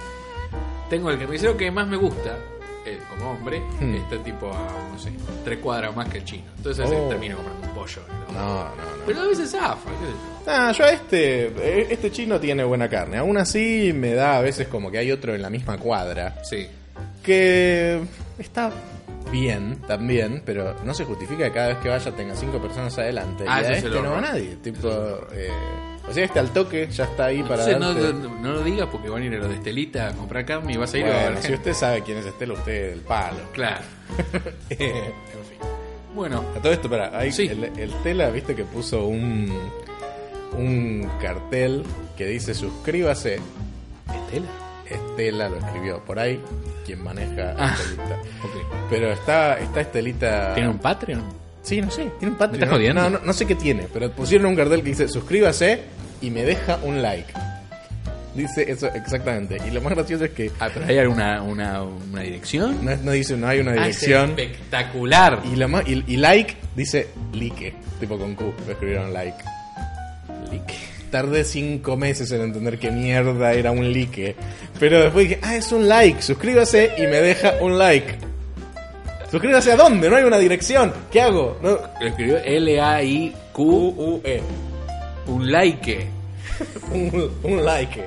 Speaker 2: Tengo el carnicero que más me gusta, eh, como hombre,
Speaker 3: Hmm.
Speaker 2: está tipo a, no sé, tres cuadras más que el chino. Entonces
Speaker 3: Oh.
Speaker 2: eh, termino comprando un pollo. ¿no?
Speaker 3: No, no, no.
Speaker 2: Pero a veces zafa, qué sé yo.
Speaker 3: Ah, yo a este, eh, este chino tiene buena carne. Aún así me da a veces como que hay otro en la misma cuadra
Speaker 2: Sí.
Speaker 3: que está bien también, pero no se justifica que cada vez que vaya tenga cinco personas adelante.
Speaker 2: Ah,
Speaker 3: y
Speaker 2: ese
Speaker 3: a
Speaker 2: es el
Speaker 3: este no va
Speaker 2: horror.
Speaker 3: nadie. Tipo, eh, o sea, este al toque ya está ahí para
Speaker 2: Entonces, no,
Speaker 3: darte-
Speaker 2: no- no lo digas porque van a ir a los de Estelita a comprar carne y vas a ir a ver
Speaker 3: Bueno, si
Speaker 2: gente.
Speaker 3: usted sabe quién es Estela, usted es el palo.
Speaker 2: Claro.
Speaker 3: Eh,
Speaker 2: En fin. Bueno,
Speaker 3: a todo esto, para ahí
Speaker 2: Sí.
Speaker 3: el, el Tela, viste que puso un, un cartel que dice suscríbase.
Speaker 2: Estela.
Speaker 3: Estela lo escribió por ahí, quien maneja a
Speaker 2: Ah.
Speaker 3: Estelita.
Speaker 2: Ok.
Speaker 3: Pero está, está Estelita.
Speaker 2: ¿Tiene un Patreon?
Speaker 3: Sí, no sé, tiene un Patreon.
Speaker 2: ¿Me estás jodiendo?
Speaker 3: No, no, no sé qué tiene, pero pusieron un cartel que dice suscríbase y me deja un like. Dice eso exactamente. Y lo más gracioso es que
Speaker 2: Ah, pero ¿Hay alguna una, una dirección?
Speaker 3: no, no dice, no hay una
Speaker 2: Ah, es
Speaker 3: dirección.
Speaker 2: espectacular.
Speaker 3: Y, la ma- y, y like dice like, tipo con Q, lo escribieron like. Like. Tardé cinco meses en entender qué mierda era un like. Pero después dije, ah, es un like, suscríbase y me deja un like. ¿Suscríbase a dónde? No hay una dirección. ¿Qué hago? No.
Speaker 2: Lo escribió L-A-I-Q,
Speaker 3: U-U-E.
Speaker 2: un like.
Speaker 3: Un, un like.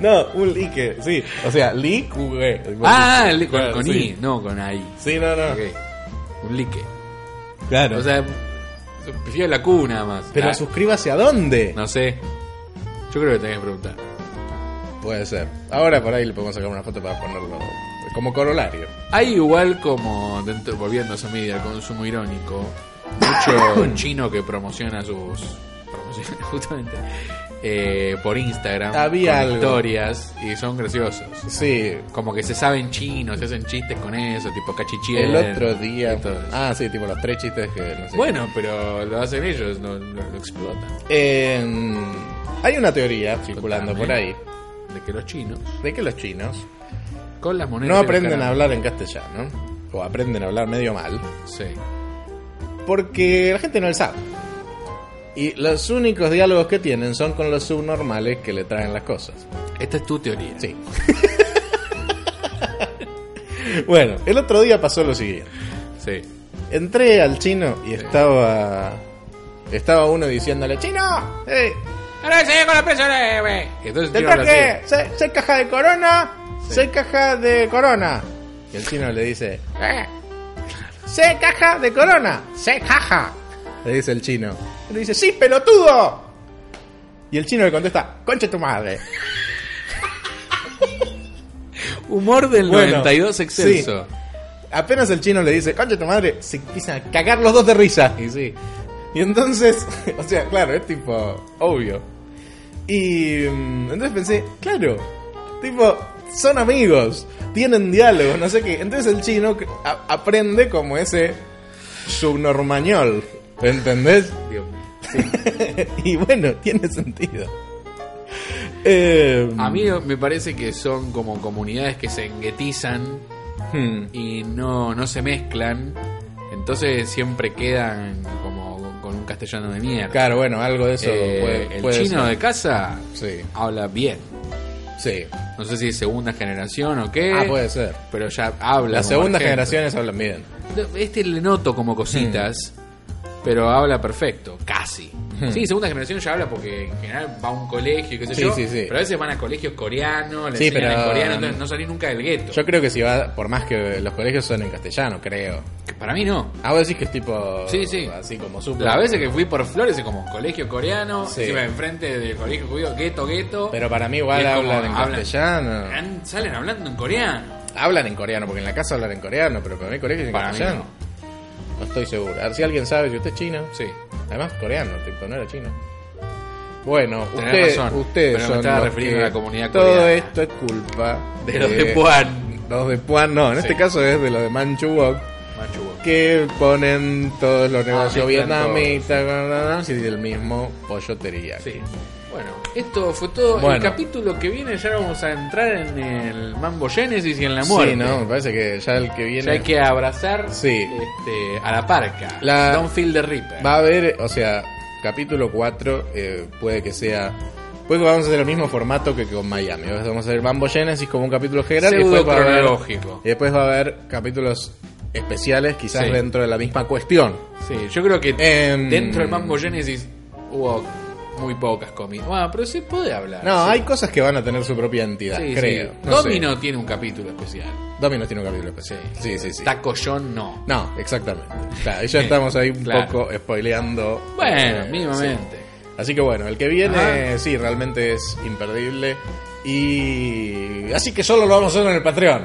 Speaker 3: No, un like, sí. O sea, like, U-E.
Speaker 2: Ah, li- con,
Speaker 3: Claro,
Speaker 2: con
Speaker 3: sí.
Speaker 2: I, no con AI.
Speaker 3: Sí, no, no.
Speaker 2: Ok. Un like.
Speaker 3: Claro.
Speaker 2: O sea, prefiero la Q nada más.
Speaker 3: pero
Speaker 2: Ah,
Speaker 3: suscríbase a dónde.
Speaker 2: No sé. Yo creo que tenés que preguntar.
Speaker 3: Puede ser. Ahora por ahí le podemos sacar una foto para ponerlo como corolario.
Speaker 2: Hay igual como, dentro, volviendo a esa media, al consumo irónico, mucho chino que promociona sus... promociona justamente eh, por Instagram
Speaker 3: Había
Speaker 2: con
Speaker 3: algo.
Speaker 2: historias y son graciosos.
Speaker 3: Sí.
Speaker 2: Como que se saben chinos, se hacen chistes con eso, tipo cachichín.
Speaker 3: El otro día.
Speaker 2: y todo eso.
Speaker 3: Ah, sí, tipo los tres chistes que no sé.
Speaker 2: Bueno, pero lo hacen ellos, no lo, lo explotan.
Speaker 3: Eh, hay una teoría circulando
Speaker 2: Contame.
Speaker 3: por ahí
Speaker 2: De que los chinos,
Speaker 3: de que los chinos
Speaker 2: con las monedas...
Speaker 3: no
Speaker 2: del
Speaker 3: aprenden a
Speaker 2: carajo-
Speaker 3: hablar en castellano o aprenden a hablar medio mal
Speaker 2: Sí.
Speaker 3: porque la gente no les sabe. Y los únicos diálogos que tienen son con los subnormales que le traen las cosas.
Speaker 2: Esta es tu teoría.
Speaker 3: Sí. bueno, el otro día pasó lo siguiente.
Speaker 2: Sí.
Speaker 3: Entré al chino y estaba. Estaba uno diciéndole: ¡Chino! ¡Eh!
Speaker 2: Ahora sí, con la presión, güey. Entonces,
Speaker 3: ¿Del
Speaker 2: tío, habla
Speaker 3: parque!
Speaker 2: así.
Speaker 3: Soy, soy caja de corona! ¡Soy caja de corona! Y el chino le dice: ¡Eh! ¡Sé caja de corona! ¡Sé caja! Le dice el chino. Y le dice: ¡Sí, pelotudo! Y el chino le contesta: ¡Concha tu madre!
Speaker 2: Humor del
Speaker 3: Bueno,
Speaker 2: 92 excelso.
Speaker 3: Apenas el chino le dice, concha tu madre, se empiezan a cagar los dos de risa. Y sí. Y entonces, o sea, claro, es tipo, obvio. Y mm, entonces pensé, claro, tipo, son amigos, tienen diálogo, no sé qué. Entonces el chino a- aprende como ese subnormañol, ¿entendés?
Speaker 2: Dios mío.
Speaker 3: y bueno, tiene sentido. Eh,
Speaker 2: A mí me parece que son como comunidades que se enguetizan
Speaker 3: hmm.
Speaker 2: y no, no se mezclan. Entonces siempre quedan como con un castellano de mierda.
Speaker 3: Claro, bueno, algo de eso
Speaker 2: Eh,
Speaker 3: puede,
Speaker 2: el
Speaker 3: puede
Speaker 2: chino de casa
Speaker 3: ser.
Speaker 2: habla bien.
Speaker 3: Sí, sí.
Speaker 2: No sé si es segunda generación o qué.
Speaker 3: Ah, puede ser.
Speaker 2: Pero ya habla.
Speaker 3: Las
Speaker 2: como
Speaker 3: segundas
Speaker 2: argento.
Speaker 3: generaciones hablan bien.
Speaker 2: Este le noto como cositas, pero habla perfecto, casi. Sí, segunda generación ya habla porque en general va a un colegio, y qué sé
Speaker 3: Hmm. Sí,
Speaker 2: yo.
Speaker 3: sí, sí.
Speaker 2: Pero a veces van a colegios coreanos, le
Speaker 3: Sí,
Speaker 2: enseñan
Speaker 3: pero-
Speaker 2: en coreano, entonces no salís nunca del gueto.
Speaker 3: Yo creo que si va, por más que los colegios son en castellano, creo.
Speaker 2: Que Para mí no.
Speaker 3: Ah, vos decís que es tipo.
Speaker 2: Sí, sí.
Speaker 3: Así como súper.
Speaker 2: Las veces que fui por Flores es como colegio coreano,
Speaker 3: Sí.
Speaker 2: encima enfrente del colegio judío, gueto, gueto.
Speaker 3: Pero para mí
Speaker 2: Y
Speaker 3: igual
Speaker 2: es como
Speaker 3: hablan en
Speaker 2: hablan.
Speaker 3: castellano.
Speaker 2: Han- Salen hablando en coreano.
Speaker 3: Hablan en coreano, porque en la casa hablan en coreano, pero para mí colegio es en
Speaker 2: Para mí
Speaker 3: castellano. no. estoy seguro. A ver si alguien sabe si usted es chino.
Speaker 2: Sí.
Speaker 3: Además, coreano, tipo, no era chino. Bueno,
Speaker 2: Tenés
Speaker 3: usted,
Speaker 2: razón,
Speaker 3: ustedes
Speaker 2: pero me
Speaker 3: son
Speaker 2: estaba
Speaker 3: los
Speaker 2: refiriendo
Speaker 3: que-
Speaker 2: a la comunidad
Speaker 3: Todo
Speaker 2: coreana.
Speaker 3: esto es culpa
Speaker 2: De los
Speaker 3: Eh.
Speaker 2: de Puan.
Speaker 3: Los de Puan, no, en
Speaker 2: Sí.
Speaker 3: este caso es de los de Manchukuo.
Speaker 2: Machu Picchu.
Speaker 3: que ponen todos los negocios
Speaker 2: Ah, mezclan
Speaker 3: vietnamitas bla, bla, bla, y del mismo pollo teriyaki.
Speaker 2: Sí. Bueno, esto fue todo. El
Speaker 3: Bueno.
Speaker 2: capítulo que viene ya vamos a entrar en el Mambo Genesis y en la muerte.
Speaker 3: Sí, no, me parece que ya el que viene
Speaker 2: Ya hay que abrazar
Speaker 3: Sí.
Speaker 2: este, a la parca.
Speaker 3: La-
Speaker 2: Don't feel the reaper.
Speaker 3: va a haber, o sea, capítulo 4 eh, puede que sea puede que vamos a hacer el mismo formato que con Miami. Vamos a hacer Mambo Genesis como un capítulo general y
Speaker 2: Pseudo
Speaker 3: después va a haber
Speaker 2: cronológico.
Speaker 3: y después va a haber capítulos especiales quizás
Speaker 2: Sí.
Speaker 3: dentro de la misma cuestión.
Speaker 2: Sí, yo creo que
Speaker 3: Em,
Speaker 2: dentro del Mambo Genesis hubo muy pocas comidas. Bueno, pero se puede hablar.
Speaker 3: No,
Speaker 2: sí.
Speaker 3: hay cosas que van a tener su propia entidad,
Speaker 2: Sí, sí.
Speaker 3: creo. No sé.
Speaker 2: Domino tiene un capítulo especial.
Speaker 3: Domino tiene un capítulo especial. Sí, sí, sí.
Speaker 2: Taco John no.
Speaker 3: No, exactamente. Claro, y ya estamos ahí un
Speaker 2: Claro.
Speaker 3: poco spoileando.
Speaker 2: Bueno,
Speaker 3: eh,
Speaker 2: mínimamente.
Speaker 3: sí. Así que bueno, el que viene,
Speaker 2: Ajá.
Speaker 3: sí, realmente es imperdible. Y. Así que solo lo vamos a hacer en el Patreon.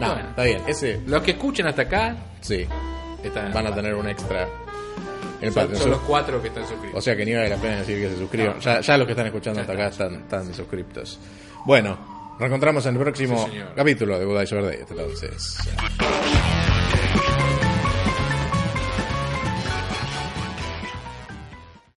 Speaker 3: No,
Speaker 2: Bueno.
Speaker 3: está bien. Ese,
Speaker 2: Los que escuchen hasta acá
Speaker 3: sí.
Speaker 2: están en
Speaker 3: Van a
Speaker 2: el
Speaker 3: tener un extra en
Speaker 2: Patreon. Son,
Speaker 3: el Patreon.
Speaker 2: son los cuatro que están suscritos.
Speaker 3: O sea que ni vale la pena decir que se suscriban. Ya, ya los que están escuchando hasta acá están, están suscriptos. Bueno, nos encontramos en el próximo
Speaker 2: Sí, señor.
Speaker 3: capítulo de Good Eyes Over Day, entonces.